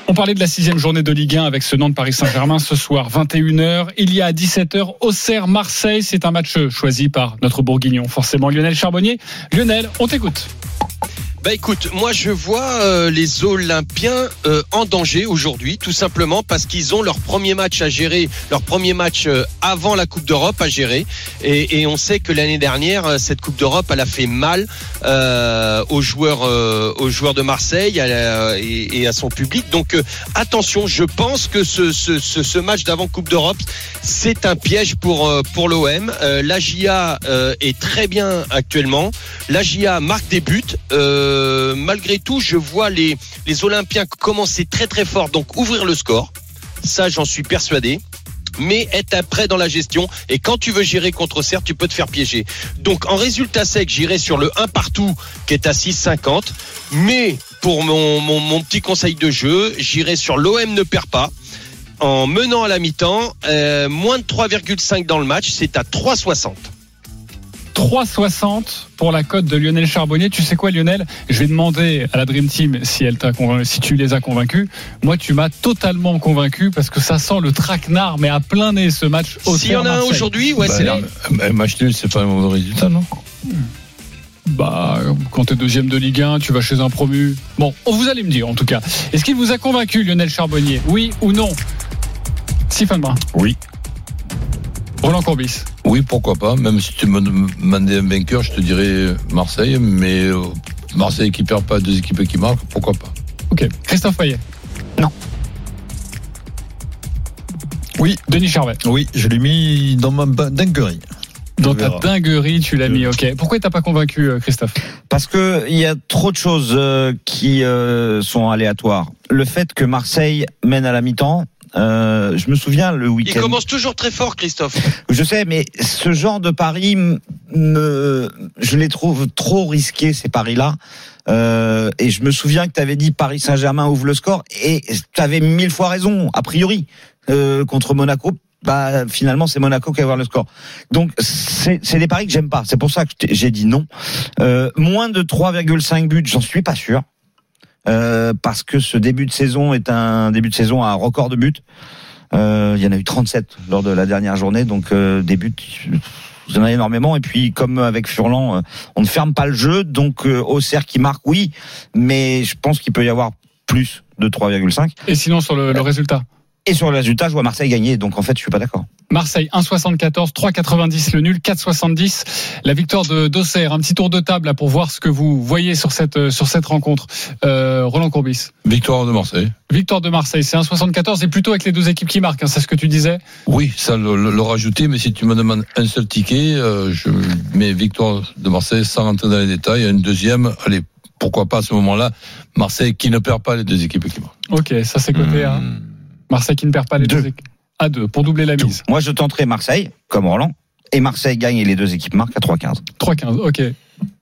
A: On parlait de la sixième journée de Ligue 1 avec ce nom de Paris Saint-Germain ce soir, 21h. Il y a à 17h, Auxerre-Marseille. C'est un match choisi par notre bourguignon, forcément Lionel Charbonnier. Lionel, on t'écoute.
H: Bah écoute, moi je vois euh, les Olympiens euh, en danger aujourd'hui, tout simplement parce qu'ils ont leur premier match à gérer, leur premier match euh, avant la Coupe d'Europe à gérer. Et, et on sait que l'année dernière, euh, cette Coupe d'Europe, elle a fait mal euh, aux joueurs, euh, aux joueurs de Marseille à la- et, et à son public. Donc euh, attention, je pense que ce, ce, ce, ce match d'avant Coupe d'Europe, c'est un piège pour euh, pour l'OM. Euh, la JA euh, est très bien actuellement. La JA marque des buts. Euh, malgré tout, je vois les, les Olympiens commencer très très fort, donc ouvrir le score. Ça, j'en suis persuadé. Mais être après dans la gestion et quand tu veux gérer contre Serre, tu peux te faire piéger. Donc en résultat sec, j'irai sur le 1 partout qui est à 6,50. Mais pour mon, mon, mon petit conseil de jeu, j'irai sur l'OM ne perd pas en menant à la mi-temps euh, moins de 3,5 dans le match, c'est à 3,60.
A: 3,60 pour la cote de Lionel Charbonnier. Tu sais quoi, Lionel Je vais demander à la Dream Team si, elle t'a convaincu, si tu les as convaincus. Moi, tu m'as totalement convaincu parce que ça sent le traquenard, mais à plein nez ce match.
H: S'il y en a un
A: Auxerre-Marseille.
H: aujourd'hui, ouais,
G: Bah,
H: c'est là.
G: mais- mais Match nul, c'est pas un mauvais résultat, non
A: Bah, euh, quand t'es deuxième de Ligue 1, tu vas chez un promu. Bon, on vous allez me dire en tout cas. Est-ce qu'il vous a convaincu, Lionel Charbonnier Oui ou non Stéphane Brun
G: Oui.
A: Roland Courbis
G: Oui, pourquoi pas. Même si tu me demandais un vainqueur, je te dirais euh, Marseille. Mais euh, Marseille qui perd pas, deux équipes qui marquent, pourquoi pas
A: Ok. Christophe Payet
C: Non.
A: Oui. Denis Charvet
F: Oui, je l'ai mis dans ma ba- dinguerie.
A: Dans
F: On
A: ta
F: verra.
A: dinguerie, tu l'as mis, ok. Pourquoi t'as pas convaincu, euh, Christophe
C: Parce que il y a trop de choses euh, qui euh, sont aléatoires. Le fait que Marseille mène à la mi-temps, euh, je me souviens le
H: Il
C: week-end.
H: commence toujours très fort, Christophe.
C: Je sais, mais ce genre de paris, m- me, je les trouve trop risqués ces paris-là. Euh, et je me souviens que tu avais dit Paris Saint-Germain ouvre le score et tu avais mille fois raison a priori Euh, contre Monaco. Bah finalement c'est Monaco qui va avoir le score. Donc c'est c'est des paris que j'aime pas. C'est pour ça que j'ai- j'ai dit non. Euh, moins de 3,5 buts, j'en suis pas sûr. Euh, parce que ce début de saison est un début de saison à un record de buts. Euh, il y en a eu 37 lors de la dernière journée, donc euh, des buts, il y en a énormément. Et puis comme avec Furlan, euh, on ne ferme pas le jeu, donc euh, Auxerre qui marque, oui, mais je pense qu'il peut y avoir plus de 3,5.
A: Et sinon, sur le, le résultat
C: Et sur le résultat, je vois Marseille gagner, donc en fait, je suis pas d'accord.
A: Marseille 1,74, 3,90 le nul, 4,70 la victoire de d'Auxerre. Un petit tour de table là pour voir ce que vous voyez sur cette euh, sur cette rencontre. Euh, Roland Courbis.
G: Victoire de Marseille.
A: Victoire de Marseille, c'est 1,74 et plutôt avec les deux équipes qui marquent, hein, c'est ce que tu disais.
G: Oui, ça le, le- le rajouter, mais si tu me demandes un seul ticket, euh, je mets victoire de Marseille sans rentrer dans les détails. Un deuxième, allez, pourquoi pas à ce moment-là, Marseille qui ne perd pas les deux équipes qui marquent.
A: Ok, ça c'est coté
D: hein.
A: à
G: Hmm.
A: Marseille qui ne perd pas les
C: Deux.
A: deux équipes. À deux, pour doubler la mise.
C: Moi, je tenterai Marseille, comme Orlan, et Marseille gagne et les deux équipes marquent à 3,15.
A: 3,15, ok.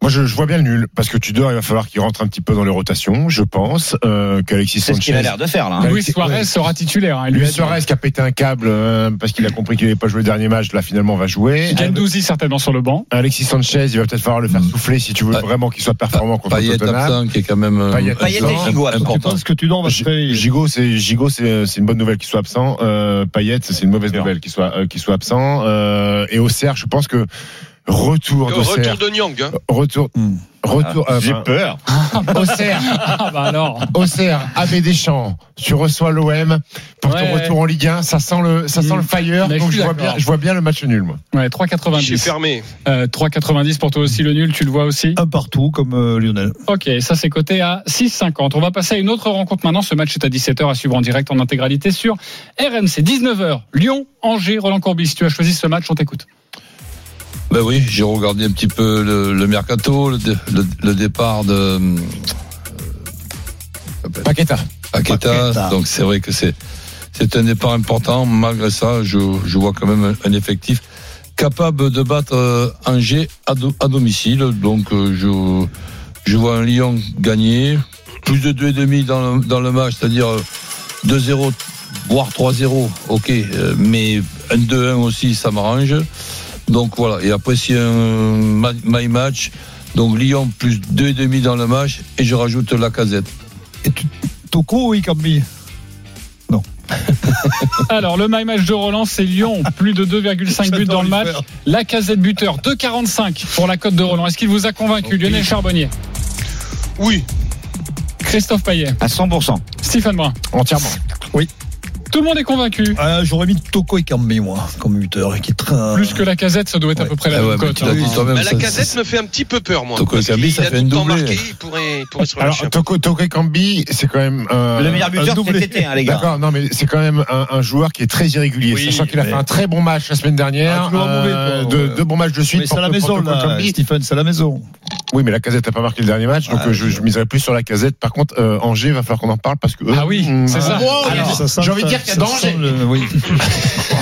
D: Moi, je, je vois bien le nul, parce que Tudor, il va falloir qu'il rentre un petit peu dans les rotations, je pense, euh, qu'Alexis
C: C'est
D: Sanchez...
C: ce qu'il a l'air de faire là. hein.
D: Ouais,
A: Luis
D: c'est-
A: Suarez
D: ouais.
A: sera titulaire. Hein,
D: Luis Suarez qui a pété un câble euh, parce qu'il a compris qu'il n'avait pas joué le dernier match, là finalement va jouer.
A: Gandouzi certainement sur le banc.
D: Alexis Sanchez, il va peut-être falloir le faire souffler si tu veux
G: Pa-
D: (laughs) vraiment qu'il soit performant contre
G: Mm. Payet
D: Tottenham.
G: absent, qui est quand même euh,
D: Payet-
C: Payet et
G: important.
C: Gigot absent.
F: Tu
G: important.
F: penses que tu dors va se
D: Gi-
F: faire-
D: Gigot, c'est Gigot, c'est c'est une bonne nouvelle qu'il soit absent. Euh, Payet, c'est une mauvaise
C: Bien.
D: nouvelle qu'il soit euh, qu'il soit absent. Euh, et Auxerre, je pense que Retour de
H: Retour
D: Serre.
H: de Nyang. hein.
D: Retour.
G: Mm.
D: Retour. euh,
C: J'ai
D: ben,
C: peur.
A: Auxerre. (laughs) Ah bah alors.
D: Auxerre, AB Deschamps, tu reçois l'OM pour
A: Ouais.
D: ton retour en Ligue 1, ça sent le, ça sent
A: Mm.
D: le fire,
A: Mais je
D: donc
A: suis
D: je vois,
A: d'accord.
D: bien, je vois bien le match nul, moi.
A: Ouais,
H: Je suis
A: 3,90.
H: fermé.
A: Euh, 3,90 pour toi aussi le nul, tu le vois aussi
F: Un partout, comme euh, Lionel.
A: Ok, ça c'est coté à 6,50. On va passer à une autre rencontre maintenant. Ce match est à 17h à suivre en direct en intégralité sur RMC. 19h, Lyon, Angers, Roland Courbis. Tu as choisi ce match, on t'écoute.
G: Ben oui, j'ai regardé un petit peu le, le mercato, le, dé- le- le départ de hum,
D: Paqueta.
G: Paqueta. Donc c'est vrai que c'est c'est un départ important. Malgré ça, je, je vois quand même un, un effectif capable de battre euh, Angers à, do- à domicile. Donc euh, je je vois un Lyon gagner plus de 2,5 dans le, dans le match, c'est-à-dire euh, 2-0 voire 3-0. OK, euh, mais un 2-1 aussi ça m'arrange. Donc voilà, et après c'est un ma- my match. Donc Lyon plus 2,5 dans le match et je rajoute la casette.
F: Toko ou Ikambi
A: Alors, le my match de Roland, c'est Lyon. Plus de 2,5 buts dans le match. La casette buteur, 2,45 pour la cote de Roland. Est-ce qu'il vous a convaincu, Lionel Charbonnier
H: Oui,
A: Christophe Payet,
C: À 100%.
A: Stéphane Brun.
D: Entièrement.
A: Tout le monde est convaincu.
F: Ah, J'aurais mis Toko Ikambi, moi, comme buteur. Qui tra...
A: Plus que la casette, ça doit être à peu près la
G: Ah ouais,
A: même
G: mais
A: cote.
G: tu l'as
A: hein.
G: dit toi-même,
H: Bah, la
G: ça-
H: casette
G: ça-
H: me fait un petit peu peur, moi.
G: Toko
H: Parce
G: Ekambi,
H: qu'il
G: ça
H: a
G: fait
H: tout
G: un
H: le temps
G: doublé.
H: marqué, il pourrait, il pourrait se
D: Alors,
H: relâcher. un peu.
D: Toko, Toko Kambi, c'est quand même. euh,
C: Le meilleur buteur,
D: un doublé.
C: cet été, hein, les gars.
D: D'accord, non, mais c'est quand même un, un joueur qui est très irrégulier.
F: Oui,
D: sachant qu'il a
F: mais-
D: fait un très bon match la semaine dernière. euh,
F: Ah, toujours mauvais, toi,
D: deux,
F: ouais.
D: deux bons matchs de suite.
F: Mais c'est à la
D: pour- pour
F: maison,
D: Toko
F: là,
D: Ekambi.
F: Stephen, c'est à la maison.
D: Oui, mais la casette n'a pas marqué le dernier match, donc
F: Ah,
D: euh, je, je miserais plus sur la casette. Par contre, euh, Angers, va falloir qu'on en parle parce que.
A: Ah oui,
D: Mmh.
A: c'est ça.
F: Alors, ça sent-
D: j'ai envie de dire qu'il y a
F: ça
D: danger.
F: sent le- oui.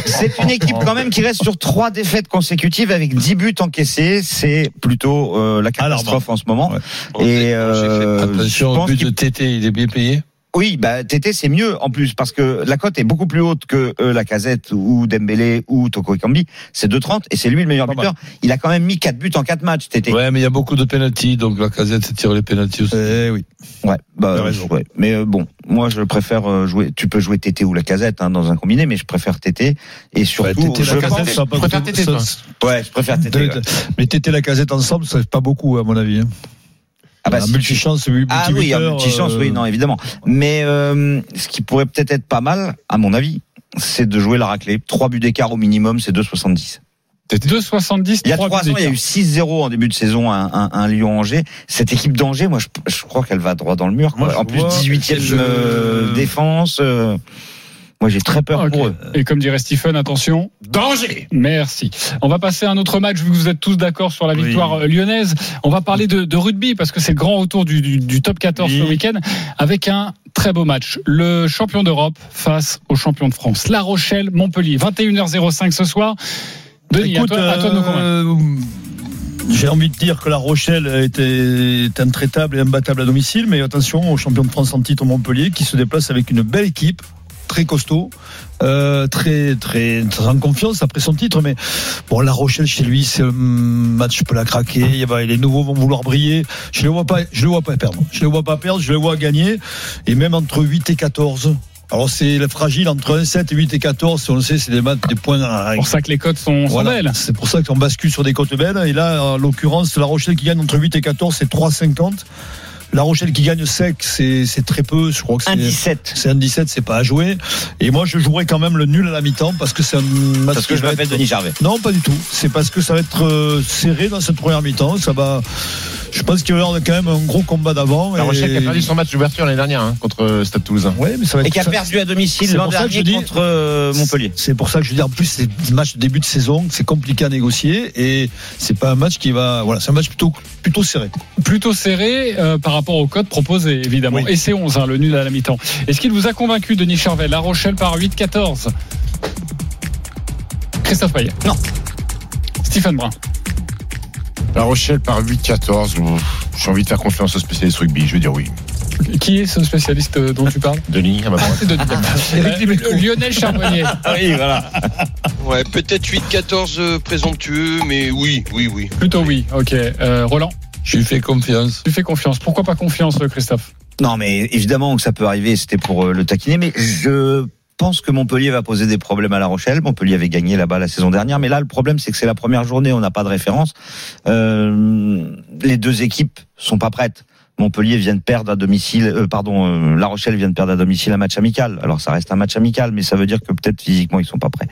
C: C'est une équipe quand même qui reste sur trois défaites consécutives avec 10 buts encaissés. C'est plutôt euh, la catastrophe en ce moment.
F: Ouais.
C: Et euh, je
G: Attention,
C: pense
G: but
C: qu'il-
G: de TT, il est bien payé.
C: oui, bah TT c'est mieux en plus parce que la cote est beaucoup plus haute que euh, la Casette ou Dembélé ou Toko Ekambi. C'est 2,30 et c'est lui le meilleur
F: Pas
C: buteur. Il a quand même mis 4 buts en 4 matchs TT.
G: Ouais, mais il y a beaucoup de pénalties, donc la casette tire les pénalties aussi.
F: Eh oui.
C: Ouais, bah,
F: T'as raison.
C: ouais. Mais euh, bon, moi je préfère euh, jouer. Tu peux jouer TT ou la Casette hein, dans un combiné, mais je préfère TT et surtout.
F: Bah, Tété
C: je
F: la
C: pense-
F: casette, ça va pas
D: Je préfère
F: beaucoup-
D: Tété,
F: ça-
D: toi.
C: ouais, je préfère TT.
F: de-
C: ouais.
F: de- Mais Tété la casette ensemble, ça fait pas beaucoup, à mon avis. hein.
C: Ah bah,
F: Un
C: si tu-
F: multichance, oui,
C: Ah oui, un
F: multibuteur,
C: petit chance,
F: euh,
C: oui, non, évidemment. Mais euh, ce qui pourrait peut-être être pas mal, à mon avis, c'est de jouer la raclée. Trois buts d'écart au minimum, c'est 2,70.
A: 2,70,
C: Il y a
A: 3
C: trois ans, il y a eu 6-0 en début de saison à un, un Lyon-Angers. Cette équipe d'Angers, moi, je, je crois qu'elle va droit dans le mur. quoi.
F: Moi, je
C: en plus,
F: vois-
C: 18e
F: je-
C: euh, défense. euh, moi, j'ai très
F: Ah,
C: peur
A: Ah, Ok.
C: pour eux.
A: Et comme dirait Stephen, attention. Danger Merci. On va passer à un autre match, vu que vous êtes tous d'accord sur la
F: Oui.
A: victoire euh, lyonnaise. On va parler de, de rugby, parce que c'est le grand retour du, du- du top 14 ce
F: Oui.
A: week-end, avec un très beau match. Le champion d'Europe face au champion de France. La Rochelle, Montpellier, 21h05 ce soir. Denis,
F: Écoute,
A: à, toi, à toi de nous convaincre.
F: euh, J'ai envie de dire que la Rochelle était, est intraitable et imbattable à domicile, mais attention au champion de France en titre Montpellier qui se déplace avec une belle équipe, très costaud, euh, très, très, très en confiance après son titre. Mais bon, la Rochelle chez lui, c'est un match peut la craquer. Il va- les nouveaux vont vouloir briller. Je ne vois pas, je le vois pas perdre. Je le vois pas perdre. Je le vois gagner. Et même entre 8 et 14. Alors c'est le fragile entre 1, 7 et 8 et 14, on le sait, c'est des matchs, des points à,
A: C'est pour ça que les codes sont, sont
F: voilà.
A: belles.
F: C'est pour ça qu'on bascule sur des côtes belles. Et là, en l'occurrence, La Rochelle qui gagne entre 8 et 14, c'est 3,50. La Rochelle qui gagne sec, c'est c'est très peu. Je crois que c'est.
C: 1,17.
F: C'est un 17, c'est pas à jouer. Et moi, je jouerai quand même le nul à la mi-temps parce que c'est un match.
C: Parce que
F: qui
C: je
F: va
C: m'appelle
F: être-
C: Denis Jarvet.
F: Non, pas du tout. C'est parce que ça va être euh, serré dans cette première mi-temps. Ça va. Je pense qu'il va y avoir quand même un gros combat d'avant.
D: La
F: et-
D: Rochelle qui a perdu son match d'ouverture l'année dernière hein, contre euh, Stade Toulousain.
F: Ouais, mais ça va être
C: Et qui a
F: ça-
C: perdu à domicile
F: C'est
C: l'an
F: pour ça que
C: dernier
F: je dis-
C: contre euh, Montpellier.
F: C'est pour ça que je veux dire, en plus, c'est des matchs de début de saison, c'est compliqué à négocier et c'est pas un match qui va. Voilà, c'est un match plutôt, plutôt serré.
A: Plutôt serré euh, par rapport au code proposé, évidemment.
F: Oui.
A: Et c'est 11, hein, le nul à la mi-temps. Est-ce qu'il vous a convaincu, Denis Charvet La Rochelle par 8-14 Christophe Payet
C: Non.
A: Stéphane Brun
D: La Rochelle par 8-14. ouf, J'ai envie de faire confiance au spécialiste rugby, je vais dire oui.
A: Qui est ce spécialiste euh, dont tu parles
D: Denis, à ma
A: Ah,
D: droite.
A: c'est Denis. Euh, Lionel (laughs) Charbonnier.
C: Oui,
F: (laughs)
C: voilà.
H: Ouais, peut-être 8-14 euh, présomptueux, mais oui, oui, oui.
A: Plutôt oui, ok. Euh, Roland,
G: Je lui fais confiance.
A: tu fais confiance. Pourquoi pas confiance, euh, Christophe
C: Non, mais évidemment que ça peut arriver, c'était pour euh, le taquiner, mais je pense que Montpellier va poser des problèmes à La Rochelle. Montpellier avait gagné là-bas la saison dernière, mais là le problème c'est que c'est la première journée, on n'a pas de référence. Euh, les deux équipes sont pas prêtes. Montpellier vient de perdre à domicile, euh, pardon, euh, La Rochelle vient de perdre à domicile un match amical. Alors ça reste un match amical, mais ça veut dire que peut-être physiquement ils sont pas prêts.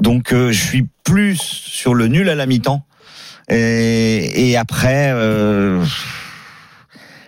C: Donc euh, je suis plus sur le nul à la mi-temps. Et, et après, euh,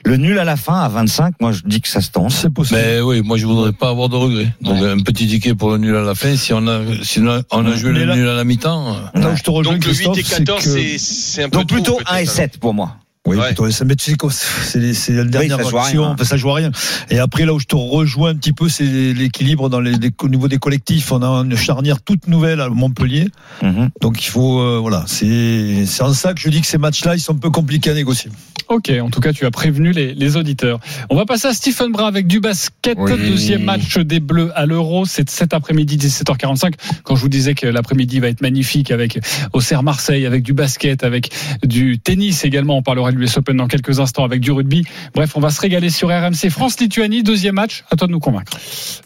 C: le nul à la fin à 25, moi je dis que ça se tente. C'est
G: Mais oui, moi je voudrais pas avoir de regrets. Donc un petit ticket pour le nul à la fin. Si on a, si on a, on a joué le nul à la mi-temps. euh.
F: Là où je te rejoins,
H: Donc le 8
F: Christophe,
H: et 14,
F: c'est
H: c'est
F: que-
H: c'est un peu
C: Donc plutôt
H: trop,
C: 1 et
H: peut-être,
C: 7 pour moi.
F: Oui,
H: Ouais.
F: plutôt, mais tu sais quoi, c'est les- c'est la dernière
C: ça joue à
F: action,
C: rien.
F: enfin, ça joue à rien. Et après, là où je te rejoins un petit peu, c'est l'équilibre dans les, les- au niveau des collectifs. On a une charnière toute nouvelle à Montpellier.
C: Mhm.
F: Donc il faut, euh, voilà, c'est c'est en ça que je dis que ces matchs-là, ils sont un peu compliqués à négocier.
A: Ok, en tout cas, tu as prévenu les, les auditeurs. On va passer à Stephen Brun avec du basket.
G: Oui.
A: Deuxième match des Bleus à l'Euro. C'est cet après-midi, 17h45. Quand je vous disais que l'après-midi va être magnifique avec Auxerre Marseille, avec du basket, avec du tennis également. On parlera de l'US Open dans quelques instants, avec du rugby. Bref, on va se régaler sur RMC. France-Lituanie, deuxième match. À toi de nous convaincre.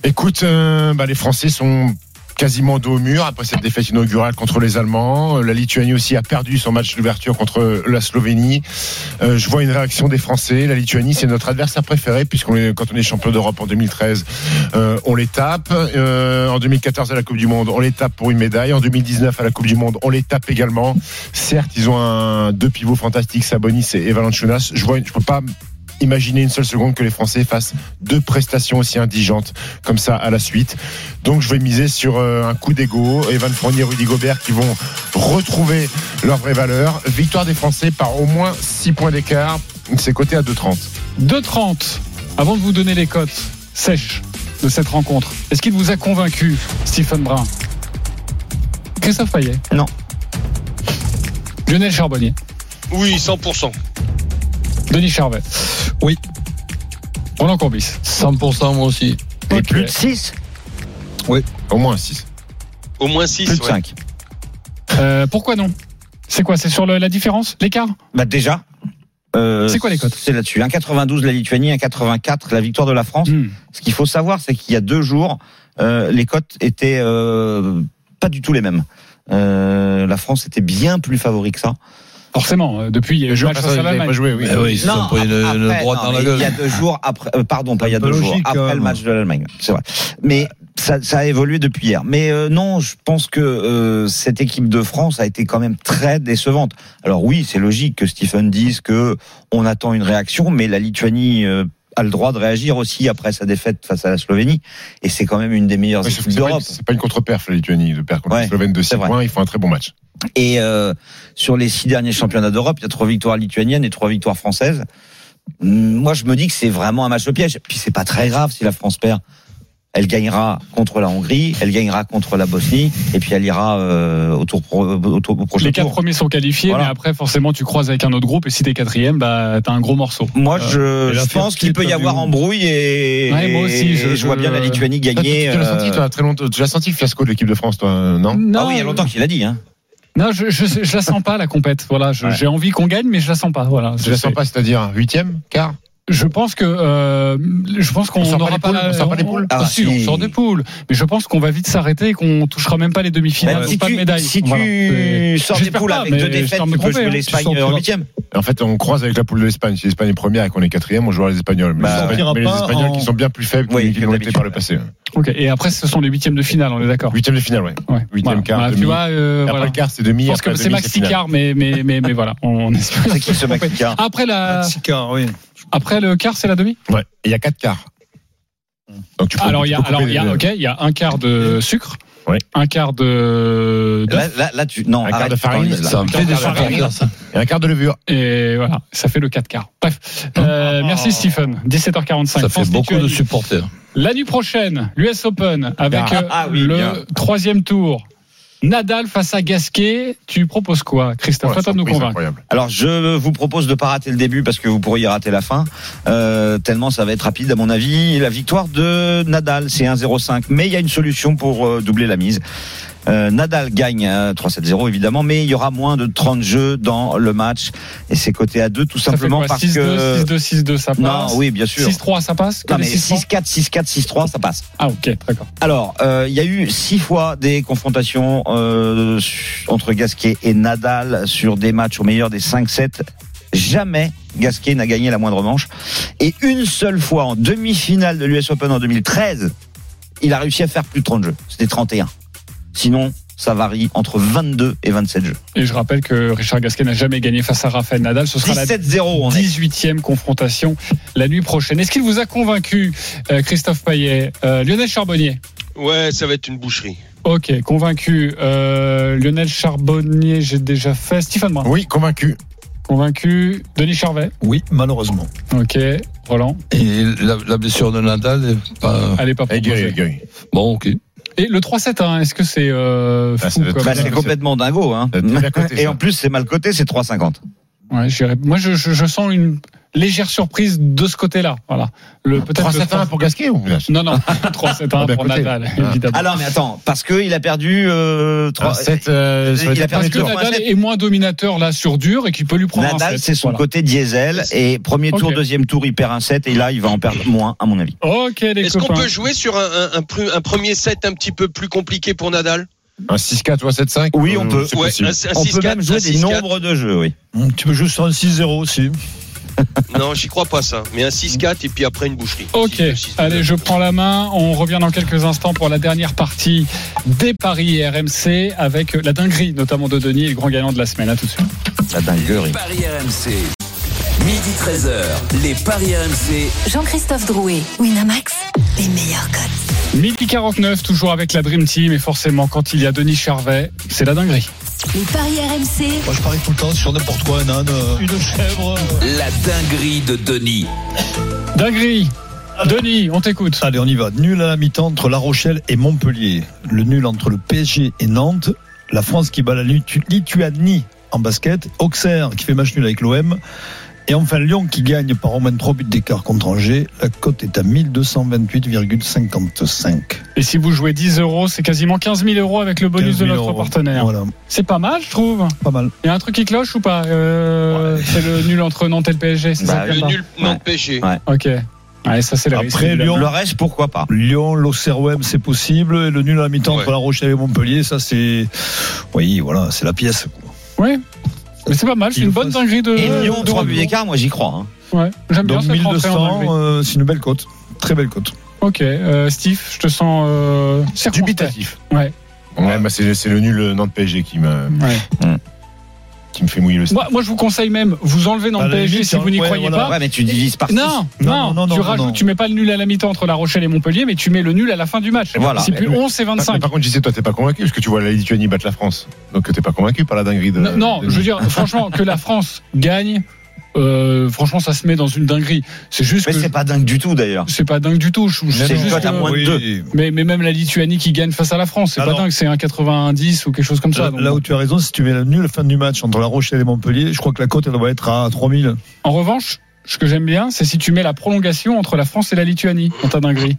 D: Écoute, euh, bah, les Français sont quasiment dos au mur après cette défaite inaugurale contre les Allemands. Euh, La Lituanie aussi a perdu son match d'ouverture contre la Slovénie. Euh, je vois une réaction des Français. La Lituanie, c'est notre adversaire préféré puisqu'on est, quand on est champion d'Europe en 2013, euh, on les tape. Euh, en 2014 à la Coupe du Monde, on les tape pour une médaille. En 2019 à la Coupe du Monde, on les tape également. Certes, ils ont un, deux pivots fantastiques, Sabonis et Valanciunas. Je vois, une- je peux pas imaginer une seule seconde que les Français fassent deux prestations aussi indigentes comme ça à la suite. Donc je vais miser sur euh, un coup d'ego. Evan Fournier, Rudy Gobert qui vont retrouver leur vraie valeur. Victoire des Français par au moins 6 points d'écart. C'est coté à 2,30.
A: 2,30. Avant de vous donner les cotes sèches de cette rencontre, est-ce qu'il vous a convaincu, Stephen Brun Christophe Payet
C: Non.
A: Lionel Charbonnier
H: Oui, 100%.
A: Denis Charvet.
F: Oui.
A: Roland Courbis.
G: 100% moi aussi.
C: Et
A: Ok.
C: plus de 6
D: Au moins 6.
H: Au moins 6.
C: Plus de 5.
A: Euh, pourquoi non C'est quoi C'est sur le- la différence L'écart
C: Bah déjà. euh,
A: C'est quoi les cotes
C: C'est là-dessus. 1,92 la Lituanie, 1,84 la victoire de la France.
A: Hmm.
C: Ce qu'il faut savoir, c'est qu'il y a deux jours, euh, les cotes étaient euh, pas du tout les mêmes. Euh, la France était bien plus favori que ça.
A: Forcément, euh, depuis il y a eu le match face à l'Allemagne.
D: pas joué, oui.
G: Eh oui, ils se sont pris
C: ap-
G: le, le
C: après,
G: droit
C: non,
G: dans la
C: mais
G: gueule.
C: Il y a deux jours après, euh, pardon, pas il y a
F: un peu
C: deux jours
F: logique, quand
C: après
F: même.
C: le match de l'Allemagne, c'est vrai. Mais ça, ça a évolué depuis hier. Mais euh, non, je pense que euh, cette équipe de France a été quand même très décevante. Alors oui, c'est logique que Stephen dise que on attend une réaction, mais la Lituanie. euh, a le droit de réagir aussi après sa défaite face à la Slovénie et c'est quand même une des meilleures
D: Ouais, sauf que
C: équipes
D: c'est pas une-
C: d'Europe.
D: C'est pas une contre-perf, la Lituanie, de perdre contre
C: Ouais,
D: les Slovènes de 6
C: vrai.
D: points. Ils font un très bon match.
C: Et euh, sur les six derniers championnats d'Europe, il y a trois victoires lituaniennes et trois victoires françaises. Hum, Moi, je me dis que c'est vraiment un match de piège. Puis c'est pas très grave si la France perd. Elle gagnera contre la Hongrie, elle gagnera contre la Bosnie, et puis elle ira euh, au, tour pro- au tour- au prochain
A: Les quatre
C: tour.
A: premiers sont qualifiés,
C: Voilà.
A: mais après forcément tu croises avec un autre groupe et si t'es quatrième, bah t'as un gros morceau.
C: Moi, je,
F: Et la
C: je pense
F: Turquie,
C: qu'il peut y
F: t'as
C: avoir
F: vu.
C: embrouille et,
A: Ouais, moi aussi,
C: et
A: je-
C: je, vois
A: je-
C: bien la Lituanie
D: Toi, tu-
C: gagner.
D: tu l'as senti,
C: euh,
D: toi, très longtemps. Tu l'as senti le fiasco de l'équipe de France, toi, euh, non
A: Non,
C: Ah oui, il y a longtemps qu'il l'a dit. Hein.
A: Non, je, je, je la sens pas la compète. Voilà, je-
C: Ouais.
A: j'ai envie qu'on gagne, mais je la sens pas. Voilà.
D: Tu la sens pas, c'est-à-dire 8ème, quart
A: Je pense que euh, je pense qu'on
D: On sort pas
A: n'aura
D: les poules,
A: la-
D: on sort pas les poules
A: Ah,
C: Ah,
A: si,
C: si.
A: on sort des poules, mais je pense qu'on va vite s'arrêter et qu'on touchera même pas les demi-finales,
C: Même
A: donc
C: Bah, si
A: pas de
C: tu,
A: médaille.
C: si
A: Voilà.
C: tu
A: C'est-
C: sors des
A: J'espère
C: poules
A: pas,
C: avec
A: mais
C: deux
A: je
C: défaites,
A: peux
C: tu
A: me
C: peux
A: tromper,
C: jouer
A: hein.
C: l'Espagne
A: Tu sors- tu
C: en
A: vas-
C: huitième.
D: En fait, on croise avec la poule de l'Espagne. Si l'Espagne est première et qu'on est quatrième, on jouera les Espagnols. Mais,
C: Bah,
D: les, Espagnols,
F: sortira
D: mais les
F: pas
D: Espagnols
F: en-
D: qui sont bien plus faibles
C: Oui,
D: qu'ils qu'ils l'ont été
C: d'habitude.
D: par le passé.
A: Ok, et après ce sont les huitièmes de finale, on est d'accord.
D: Huitième de finale, ouais.
A: Ouais.
D: Huitième
A: Voilà.
D: quart,
A: Bah, tu
D: demi.
A: vois, euh,
D: Après
A: voilà.
D: le quart, c'est demi.
A: Je pense que
D: après
A: c'est
D: demi,
A: Maxi
D: finale.
A: Car, mais, mais, mais, mais voilà, on, on espère.
C: C'est qui ce mec qui a-
A: Après, la,
F: Mexicain, oui.
A: après le quart, c'est la demi
D: Ouais. Et Il y a quatre quarts. Donc tu peux-
A: Hmm. Alors, il y a,
D: tu peux
A: alors,
D: couper
A: il y a,
D: les-
A: ok, il y a un quart de sucre,
D: Ouais.
A: un quart de. d'œuf,
C: Là, là, là, tu non,
D: Un quart
C: arrête,
D: de farine,
C: t'en es là.
G: Ça me fait des
D: Quart de
G: souvenirs, ça.
D: et un quart de levure.
A: Et voilà, ça fait le 4 quarts. Bref, euh, merci Stephen.
G: Ça
A: 17h45.
G: fait
A: France
G: beaucoup de
A: Lituanie.
G: supporters.
A: La nuit prochaine, l'US Open avec
C: Ah,
A: euh,
C: ah oui,
A: le
C: bien.
A: troisième tour. Nadal face à Gasquet. Tu proposes quoi, Christophe
D: Voilà,
A: Attends de nous
D: surprise
A: convaincre.
D: incroyable.
C: Alors je vous propose de pas rater le début parce que vous pourriez rater la fin. Euh, tellement ça va être rapide à mon avis. La victoire de Nadal, c'est 1-0-5, mais il y a une solution pour euh, doubler la mise. Euh, Nadal gagne euh, 3-7-0 évidemment, mais il y aura moins de 30 jeux dans le match et c'est coté à 2 tout
A: Ça fait
C: simplement
A: quoi
C: parce que
A: 6-2, 6-2, 6-2, ça passe.
C: Non, oui, bien sûr.
A: 6-3, ça passe que
C: Non,
A: les
C: mais
A: 6-3.
C: 6-4, 6-4, 6-3, ça passe.
A: Ah, ok, d'accord.
C: Alors, euh, il y a eu six fois des confrontations euh, entre Gasquet et Nadal sur des matchs au meilleur des 5-7. Jamais Gasquet n'a gagné la moindre manche. Et une seule fois en demi-finale de l'US Open en 2013, il a réussi à faire plus de 30 jeux. C'était 31. Sinon, ça varie entre 22 et 27 jeux.
A: Et je rappelle que Richard Gasquet n'a jamais gagné face à Rafael Nadal. Ce sera la
C: 17-0, on est.
A: 18e confrontation la nuit prochaine. Est-ce qu'il vous a convaincu, euh, Christophe Payet, euh, Lionel Charbonnier
H: Ouais, ça va être une boucherie.
A: Ok, convaincu. Euh, Lionel Charbonnier, j'ai déjà fait. Stéphane Brun,
D: Oui, convaincu.
A: convaincu. Denis Charvet,
F: Oui, malheureusement.
A: ok. Roland,
G: Et la, la blessure de Nadal est pas.
A: allez pas
D: Et Gary,
A: proposée.
D: Gary.
G: Bon, ok.
A: Et le 3-7-1, est-ce que c'est euh,
D: Ah,
A: fou
D: ça doit être
A: comme-
C: Bah, c'est complètement dingo. Hein.
D: Ça a
A: Euh,
D: été mal coté,
C: Et
D: ça.
C: en plus, c'est mal coté, c'est 3,50.
A: Ouais, je dirais- Moi, je, je- je sens une légère surprise de ce côté-là. Voilà.
D: Ah,
A: Le peut-être
D: 3-7-1
A: le-
D: pour Gasquet ou (laughs)
A: Non, non, 3-7-1
D: Ah, d'un
A: pour
D: côté.
A: Nadal,
D: Ah.
A: évidemment.
C: Alors, mais attends, parce qu'il a perdu euh, 3...
D: 7 euh, sur
C: Il
D: les
C: a
A: Parce
C: perdu
D: derniers
A: que
D: tours.
C: tour.
A: Nadal est moins dominateur là sur dur et qu'il peut lui prendre un
C: Nadal,
A: set.
C: c'est son
A: Voilà.
C: côté diesel. Et premier tour,
A: Ok.
C: deuxième tour, il perd un 7. Et là, il va en perdre moins, à mon avis.
A: Ok, les
H: Est-ce qu'on
A: copains.
H: peut jouer sur un, un- un pr- un premier set un petit peu plus compliqué pour Nadal
D: Un 6-4 ou un 7-5
C: Oui, on
D: Euh,
C: peut.
D: c'est
H: Ouais,
D: possible.
H: un, un
C: On
H: 6-4,
C: peut même jouer
H: un
C: des
H: 6-4.
C: nombres de jeux, oui.
F: Hum, Tu peux jouer sur un 6-0 aussi.
H: Non, j'y crois pas ça. Mais un 6-4 et puis après une boucherie.
A: Ok,
H: 6-2, 6-2.
A: allez, je prends la main. On revient dans quelques instants pour la dernière partie des paris RMC avec la dinguerie, notamment de Denis, et le grand gagnant de la semaine. À tout de suite.
C: La
E: Les
C: dinguerie.
E: Paris RMC. Midi 13h, les Paris RMC
B: Jean-Christophe Drouet, Winamax, les meilleurs cotes.
A: 1049, toujours avec la Dream Team. Et forcément, quand il y a Denis Charvet, c'est la dinguerie.
B: Les paris RMC,
F: Moi, je parie tout le temps sur n'importe quoi, un âne, euh, une chèvre. euh.
E: La dinguerie de Denis.
A: Dinguerie Denis, on t'écoute.
F: Allez, on y va. Nul à la mi-temps entre La Rochelle et Montpellier. Le nul entre le PSG et Nantes. La France qui bat la Litu- Lituanie en basket. Auxerre qui fait match nul avec l'OM. Et enfin Lyon qui gagne par au moins 3 buts d'écart contre Angers. La cote est à 1228,55.
A: Et si vous jouez 10 euros, c'est quasiment 15 000 euros avec le
F: 15
A: bonus de
F: 000
A: notre
F: euros.
A: partenaire.
F: Voilà,
A: C'est pas mal, je trouve.
F: pas mal.
A: Il y a un truc qui cloche ou pas Euh, C'est le nul entre Nantes et le PSG, c'est
C: Bah,
A: ça qu'il y
H: Le
A: a
H: nul
C: Ouais.
H: non de péché.
C: Ouais.
A: pas Ok. Ouais, ça, c'est le risque.
F: Après Lyon,
C: Le reste, pourquoi pas
F: Lyon, l'Auxerre OM, c'est possible. Et le nul à la mi-temps
H: Ouais.
F: entre La Rochelle et Montpellier, ça c'est. Oui, voilà, c'est la pièce.
A: Oui. Mais c'est pas mal, c'est
F: Il
A: une
F: le
A: bonne
F: fasse.
A: dinguerie de.
C: Et Lyon,
A: de-
C: 3 buts d'écart, moi j'y crois. hein.
A: Ouais, j'aime bien
F: Donc
A: cette rentrée en dinguerie.
F: 1200, euh, c'est une belle cote. Très belle cote.
A: Ok, euh, Steve, je te sens. Euh, circonspect.
D: Dubitatif.
A: Ouais.
D: Ouais, bah, c'est c'est le nul euh, Nantes PSG qui m'a
A: Ouais.
D: qui me fait mouiller le stade.
A: Moi, moi, je vous conseille même, vous enlevez Nantes
F: À la
A: PSG
F: limite,
A: si vous n'y
F: ouais,
A: croyez
F: voilà.
A: pas.
C: Ouais, mais tu divises par six.
A: Non,
F: Non,
A: non,
F: non, non,
A: tu
F: non,
A: rajoutes,
F: non.
A: tu mets pas le nul à la mi-temps entre La Rochelle et Montpellier, mais tu mets le nul à la fin du match.
C: Et voilà.
A: C'est plus
D: Ah, Mais-
A: 11 et
D: Par,
A: 25.
D: par contre, JC, toi, t'es pas convaincu parce que tu vois la Lituanie battre la France. Donc, t'es pas convaincu par la dinguerie de.
A: Non, non,
D: de-
A: je veux dire, franchement, que la France gagne, euh, franchement, ça se met dans une dinguerie. C'est juste
C: Mais
A: que
C: c'est pas dingue du tout d'ailleurs.
A: c'est pas dingue du tout. Je, je-
C: C'est
A: juste
C: une cote à
A: que-
C: moins de Ah 2.
A: mais, mais même la Lituanie qui gagne face à la France, c'est pas
F: Alors-
A: dingue, c'est un 90 ou quelque chose comme ça.
F: Là,
A: donc
F: Euh, là
A: bon.
F: où tu as raison, si tu mets le nul à la fin du match entre La Rochelle et Montpellier, je crois que la cote elle doit être à 3000.
A: En revanche, ce que j'aime bien, c'est si tu mets la prolongation entre la France et la Lituanie dans ta dinguerie.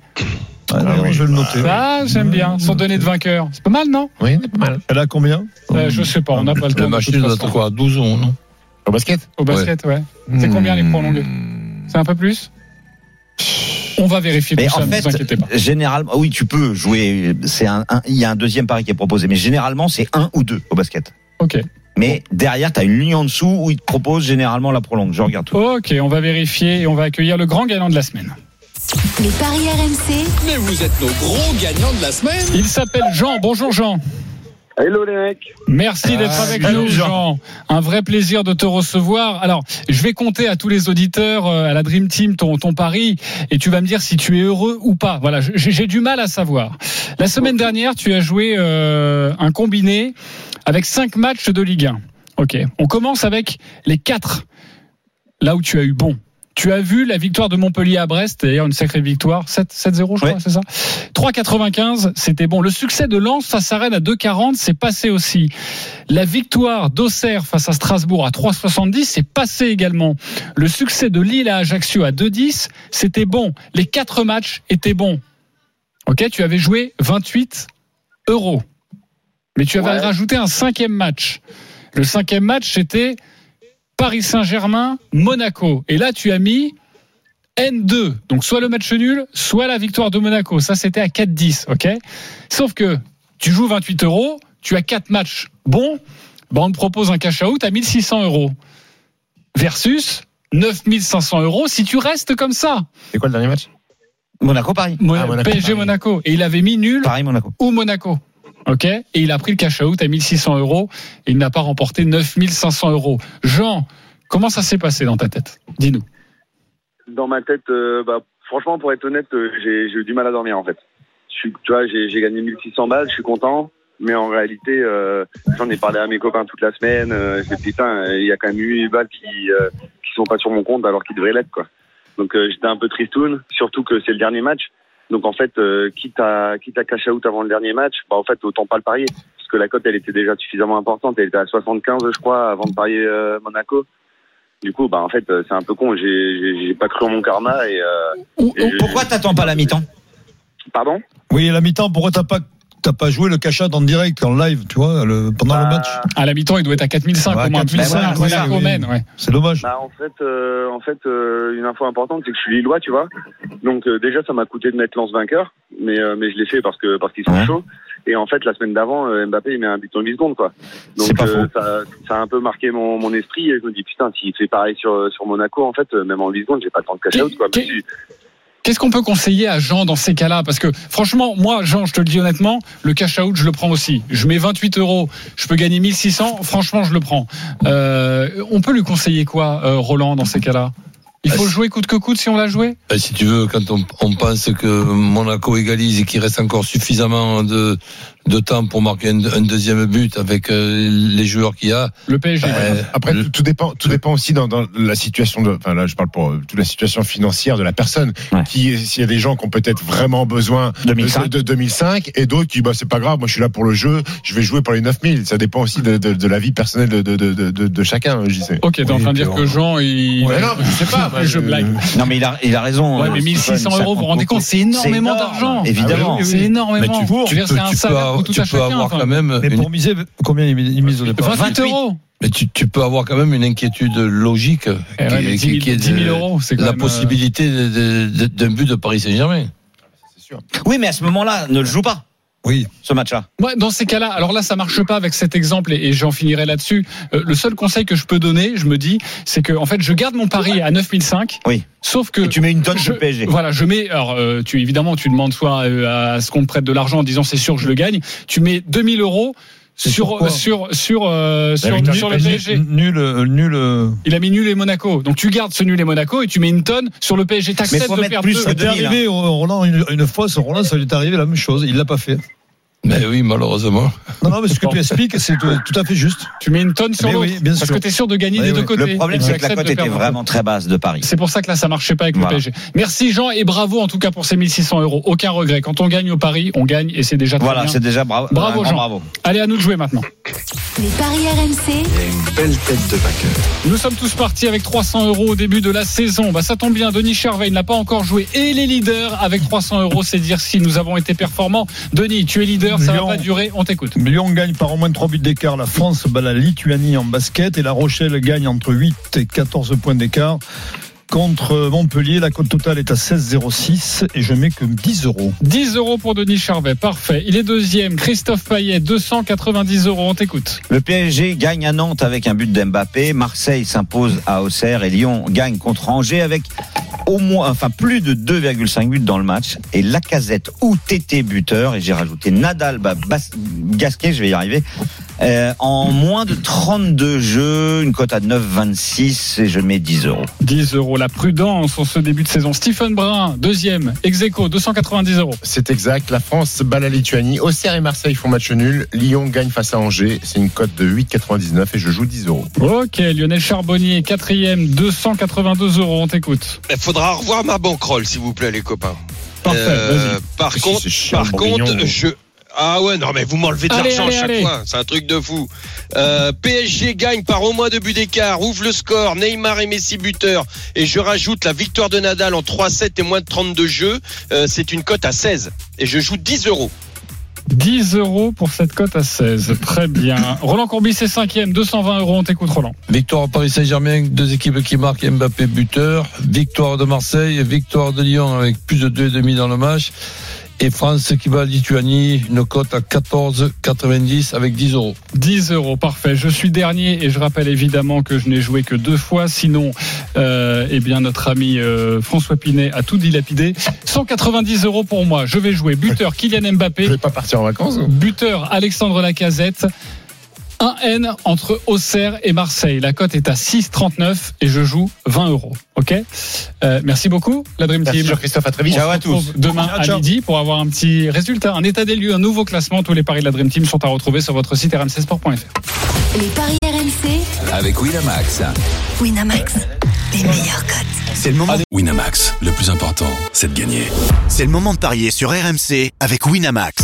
F: Ah, d'ailleurs,
D: oui.
F: Je
A: Bah,
F: vais le noter.
A: Ça, j'aime bien, sans donner de vainqueur. C'est pas mal, non
D: Oui, c'est pas mal.
F: Elle a combien
A: Euh, Je sais pas, on n'a pas le temps.
G: Le
A: de
G: match
A: toute
G: nul doit
A: façon.
G: être quoi 12 ans, non Hmm.
D: Au basket
A: Au basket, ouais. C'est combien les prolongés C'est un peu plus On va vérifier
C: Mais
A: tout ça,
C: en
A: ne vous inquiétez pas.
C: fait, généralement, oui, tu peux jouer. C'est un, un- il y a un deuxième pari qui est proposé, mais généralement, c'est un ou deux au basket.
A: Ok.
C: Mais derrière, t'as une ligne en dessous où ils te proposent généralement la prolonge. Je regarde tout.
A: Ok, on va vérifier et on va accueillir le grand gagnant de la semaine.
B: les paris RMC,
E: Mais vous êtes nos gros gagnants de la semaine.
A: Il s'appelle Jean. Bonjour Jean.
J: Hello les mecs.
A: Merci d'être avec nous Jean. Un vrai plaisir de te recevoir. Alors, je vais compter à tous les auditeurs, euh, à la Dream Team, ton, ton pari, et tu vas me dire si tu es heureux ou pas. Voilà, j'ai j'ai du mal à savoir. La semaine dernière, tu as joué euh, un combiné avec cinq matchs de Ligue 1. Ok, on commence avec les quatre. Là où tu as eu bon. Tu as vu la victoire de Montpellier à Brest, d'ailleurs une sacrée victoire, 7 7-0 je crois,
C: Ouais.
A: c'est ça 3,95, c'était bon. Le succès de Lens face à Rennes à 2,40, c'est passé aussi. La victoire d'Auxerre face à Strasbourg à 3,70, c'est passé également. Le succès de Lille à Ajaccio à 2,10, c'était bon. Les quatre matchs étaient bons. Ok, tu avais joué 28 euros. Mais tu avais rajouté un cinquième match. Le cinquième match, c'était Paris Saint-Germain, Monaco. Et là, tu as mis N2. Donc, soit le match nul, soit la victoire de Monaco. Ça, c'était à 4-10, ok Sauf que tu joues 28 euros, tu as 4 matchs bons, ben on te propose un cash out à 1600 euros. Versus 9500 euros si tu restes comme ça.
D: C'est quoi le dernier match
C: Monaco-Paris.
A: Mo-
D: Ah, Monaco,
A: PSG
D: Paris.
A: Monaco. Et il avait mis nul
C: Paris-Monaco.
A: ou Monaco. OK Et il a pris le cash out à 1600 euros et il n'a pas remporté 9500 euros. Jean, comment ça s'est passé dans ta tête Dis-nous.
K: dans ma tête, euh, bah, franchement, pour être honnête, euh, j'ai j'ai eu du mal à dormir en fait. Je suis, tu vois, j'ai j'ai gagné 1600 balles, je suis content, mais en réalité, euh, j'en ai parlé à mes copains toute la semaine. Euh, j'ai dit, putain, euh, il y a quand même 8 balles qui euh, qui sont pas sur mon compte alors qu'ils devraient l'être quoi. Donc euh, j'étais un peu tristoun, surtout que c'est le dernier match. Donc en fait, euh, quitte à quitte à cash out avant le dernier match, bah en fait autant pas le parier parce que la cote elle était déjà suffisamment importante, elle était à 75 je crois avant de parier euh, Monaco. Du coup, bah en fait, euh, c'est un peu con. J'ai- J'ai j'ai pas cru en mon karma et. euh, et je-
C: Pourquoi t'attends pas la mi-temps
K: Pardon
F: Oui, à la mi-temps, pourquoi t'as pas, t'as pas joué le cachat en direct, en live, tu vois, le- pendant le
K: Bah,
F: match
A: À la mi-temps, il doit être à 4500
F: Ouais,
A: au moins.
F: 4500,
A: Monaco
F: voilà, oui.
A: mène, ouais.
F: C'est dommage.
K: Bah, en fait, euh, en fait, euh, une info importante, c'est que je suis lillois, tu vois. Donc euh, déjà, ça m'a coûté de mettre Lance vainqueur, mais euh, mais je l'ai fait parce que parce qu'ils sont
C: Ouais.
K: chauds. Et en fait, la semaine d'avant, euh, Mbappé il met un but en 8 secondes, quoi.
C: C'est
K: Donc euh,
C: pas
K: ça, ça a un peu marqué mon, mon esprit. Et je me dis putain, s'il fait pareil sur sur Monaco, en fait, euh, même en 8 secondes, j'ai pas tant de cash out, quoi.
A: Qu'est-
K: Même si-
A: Qu'est-ce qu'on peut conseiller à Jean dans ces cas-là Parce que franchement, moi, Jean, je te le dis honnêtement, le cash out, je le prends aussi. Je mets 28 euros, je peux gagner 1600. Franchement, je le prends. Euh, on peut lui conseiller quoi, euh, Roland, dans ces cas-là Il faut jouer coûte que coûte si on l'a joué
G: Et si tu veux, quand on, on pense que Monaco égalise et qu'il reste encore suffisamment de, de temps pour marquer un, un deuxième but avec euh, les joueurs qu'il y a,
A: Le PSG.
G: euh,
D: Après,
G: le-
D: tout, tout dépend, tout dépend aussi dans, dans la situation de, enfin là, je parle pour euh, toute la situation financière de la personne.
C: Ouais.
D: Qui, s'il y a des gens qui ont peut-être vraiment besoin de-
C: 2005.
D: de, 2005 et d'autres qui, bah, c'est pas grave, moi je suis là pour le jeu, je vais jouer pour les 9000. Ça dépend aussi de, de, de la vie personnelle de, de, de, de, de chacun, je sais.
A: Ok, t'es en
D: Oui,
A: train de
D: puis
A: dire
D: on-
A: que Jean, il.
D: Ouais, non, je sais
A: (laughs)
D: pas. moi,
A: Je blague.
C: Non, mais il a, il a raison.
A: Ouais,
C: euh,
A: mais
C: Stéphane,
A: 1600
C: ça
A: euros, vous vous
C: compte
A: rendez
C: beaucoup.
A: compte, c'est énormément
C: énorme,
A: d'argent. Ah
C: Évidemment.
A: C'est
G: mais
A: énormément.
G: tu,
A: Je veux
G: tu
A: dire,
G: peux,
A: c'est un
G: tu peux
A: salaire
G: avoir,
A: pour tout
G: tu
A: à
G: peux
A: chacun.
G: avoir
A: enfin.
G: quand même
F: Mais
G: une-
F: pour miser, combien il mis- il mise au départ
A: 28 euros.
G: mais tu, tu peux avoir quand même une inquiétude logique
A: Eh ouais, mais 10 000, 10 000 euros, c'est quand
G: la
A: même, euh,
G: possibilité de- de- de- d'un but de Paris Saint-Germain.
C: Oui, mais à ce moment-là, ne le joue pas.
F: Oui.
C: Ce match-là.
A: Moi, dans ces cas-là, alors là, ça marche pas avec cet exemple, et, et j'en finirai là-dessus. Euh, le seul conseil que je peux donner, je me dis, c'est que en fait, je garde mon pari à 9005.
C: Oui.
A: Sauf que
C: Et tu mets une tonne
A: je-
C: de PSG.
A: Voilà, je mets. Alors, euh, tu évidemment, tu demandes soit euh, à ce qu'on te prête de l'argent en disant c'est sûr que je le gagne. Tu mets 2000 euros
F: C'est sur
A: sur
F: quoi
A: euh, sur sur euh,
F: Bah
A: sur,
D: victoire
A: sur
D: du
A: le
D: PSG.
A: PSG.
F: Nul, euh, nul. euh,
A: Il a mis nul et Monaco. Donc tu gardes ce nul et Monaco et tu mets une tonne sur le PSG.
C: Mais
A: T'acceptes
C: faut
A: de
C: mettre
A: perdre
C: plus
A: deux.
C: que hein.
F: Ça t'est
C: 2000,
F: arrivé, euh, Roland, une, une fois, ce Roland, ça lui est arrivé la même chose. Il l'a pas fait.
G: Mais oui, malheureusement.
F: Non, non, mais ce que tu expliques, c'est tout, tout à fait juste.
A: Tu mets une tonne sur
F: Mais
A: l'autre.
F: oui, bien
A: parce
F: sûr.
A: que t'es sûr de gagner
F: Oui,
A: des
F: oui.
A: deux côtés.
C: Le problème,
A: Et
C: c'est
A: tu
C: que la
A: acceptes
C: cote
A: de
C: était
A: perdre.
C: vraiment très basse de Paris.
A: C'est pour ça que là, ça marchait pas avec
C: Voilà.
A: le PSG. Merci Jean et bravo en tout cas pour ces 1600 euros. Aucun regret. Quand on gagne au Paris, on gagne et c'est déjà très
C: Voilà,
A: bien.
C: c'est déjà bravo.
A: Bravo,
C: un grand
A: Jean.
C: bravo.
A: Allez, à nous de jouer maintenant.
B: Les paris RMC,
E: Belle tête de vainqueur.
A: Nous sommes tous partis avec 300 euros au début de la saison. Bah, ça tombe bien, Denis Charvet il n'a pas encore joué et les leaders avec 300 euros, c'est dire si nous avons été performants. Denis, tu es leader, ça va
F: Lyon.
A: pas durer, on t'écoute.
F: Lyon gagne par au moins 3 buts d'écart. La France bat la Lituanie en basket et La Rochelle gagne entre 8 et 14 points d'écart. Contre Montpellier, la cote totale est à 16,06 et je mets que 10 euros.
A: 10 euros pour Denis Charvet, parfait. Il est deuxième, Christophe Payet, 290 euros, on t'écoute.
C: Le PSG gagne à Nantes avec un but d'Mbappé. Marseille s'impose à Auxerre et Lyon gagne contre Angers avec au moins, enfin plus de 2,5 buts dans le match. Et Lacazette ou TT buteur, et j'ai rajouté Nadal bah, Bas- Gasquet, je vais y arriver, euh, en moins de 32 jeux, une cote à 9,26 et je mets 10 euros.
A: 10 euros, la prudence en ce début de saison. Stephen Brun, deuxième, Execo, 290 euros.
D: C'est exact. La France bat la Lituanie. Auxerre et Marseille font match nul. Lyon gagne face à Angers. C'est une cote de 8,99 et je joue 10 euros.
A: Ok, Lionel Charbonnier, quatrième, 282 euros, on t'écoute.
H: Il Ben, faudra revoir ma banquerolle, s'il vous plaît, les copains.
A: Parfait,
H: Euh, par
D: Si,
H: contre,
D: c'est chiant,
H: par
D: Bourguignon.
H: contre, je. Ah ouais, non, mais vous m'enlevez de
A: Allez,
H: l'argent à
A: allez,
H: chaque
A: allez.
H: fois. C'est un truc de fou. Euh, PSG gagne par au moins deux buts d'écart, ouvre le score. Neymar et Messi buteurs. Et je rajoute la victoire de Nadal en 3-7 et moins de 32 jeux. Euh, c'est une cote à 16. Et je joue 10 euros.
A: 10 euros pour cette cote à 16. Très bien.
H: (laughs)
A: Roland Courbis est cinquième, 220 euros. On t'écoute, Roland.
G: Victoire au Paris Saint-Germain, deux équipes qui marquent Mbappé buteur. Victoire de Marseille, victoire de Lyon avec plus de 2,5 dans le match. Et France qui bat Lituanie, une cote à 14,90 avec 10 euros.
A: 10 euros, parfait. Je suis dernier et je rappelle évidemment que je n'ai joué que deux fois. Sinon, euh, eh bien notre ami euh, François Pinet a tout dilapidé. 190 euros pour moi. Je vais jouer buteur Kylian Mbappé.
D: Je vais pas partir en vacances.
A: Buteur Alexandre Lacazette. Un N entre Auxerre et Marseille. La cote est à 6,39 et je joue 20 euros. Ok. Euh, merci beaucoup, la Dream
D: Merci
A: Team.
D: Jean-Christophe, à très vite.
A: On se retrouve Demain à midi pour avoir un petit résultat, un état des lieux, un nouveau classement. Tous les paris de la Dream Team sont à retrouver sur votre site rmcsport.fr.
B: Les paris RMC,
L: Avec Winamax.
B: Winamax, les meilleurs codes.
I: C'est le moment.
M: Winamax, le plus important, c'est de gagner.
I: C'est le moment de parier sur RMC avec Winamax.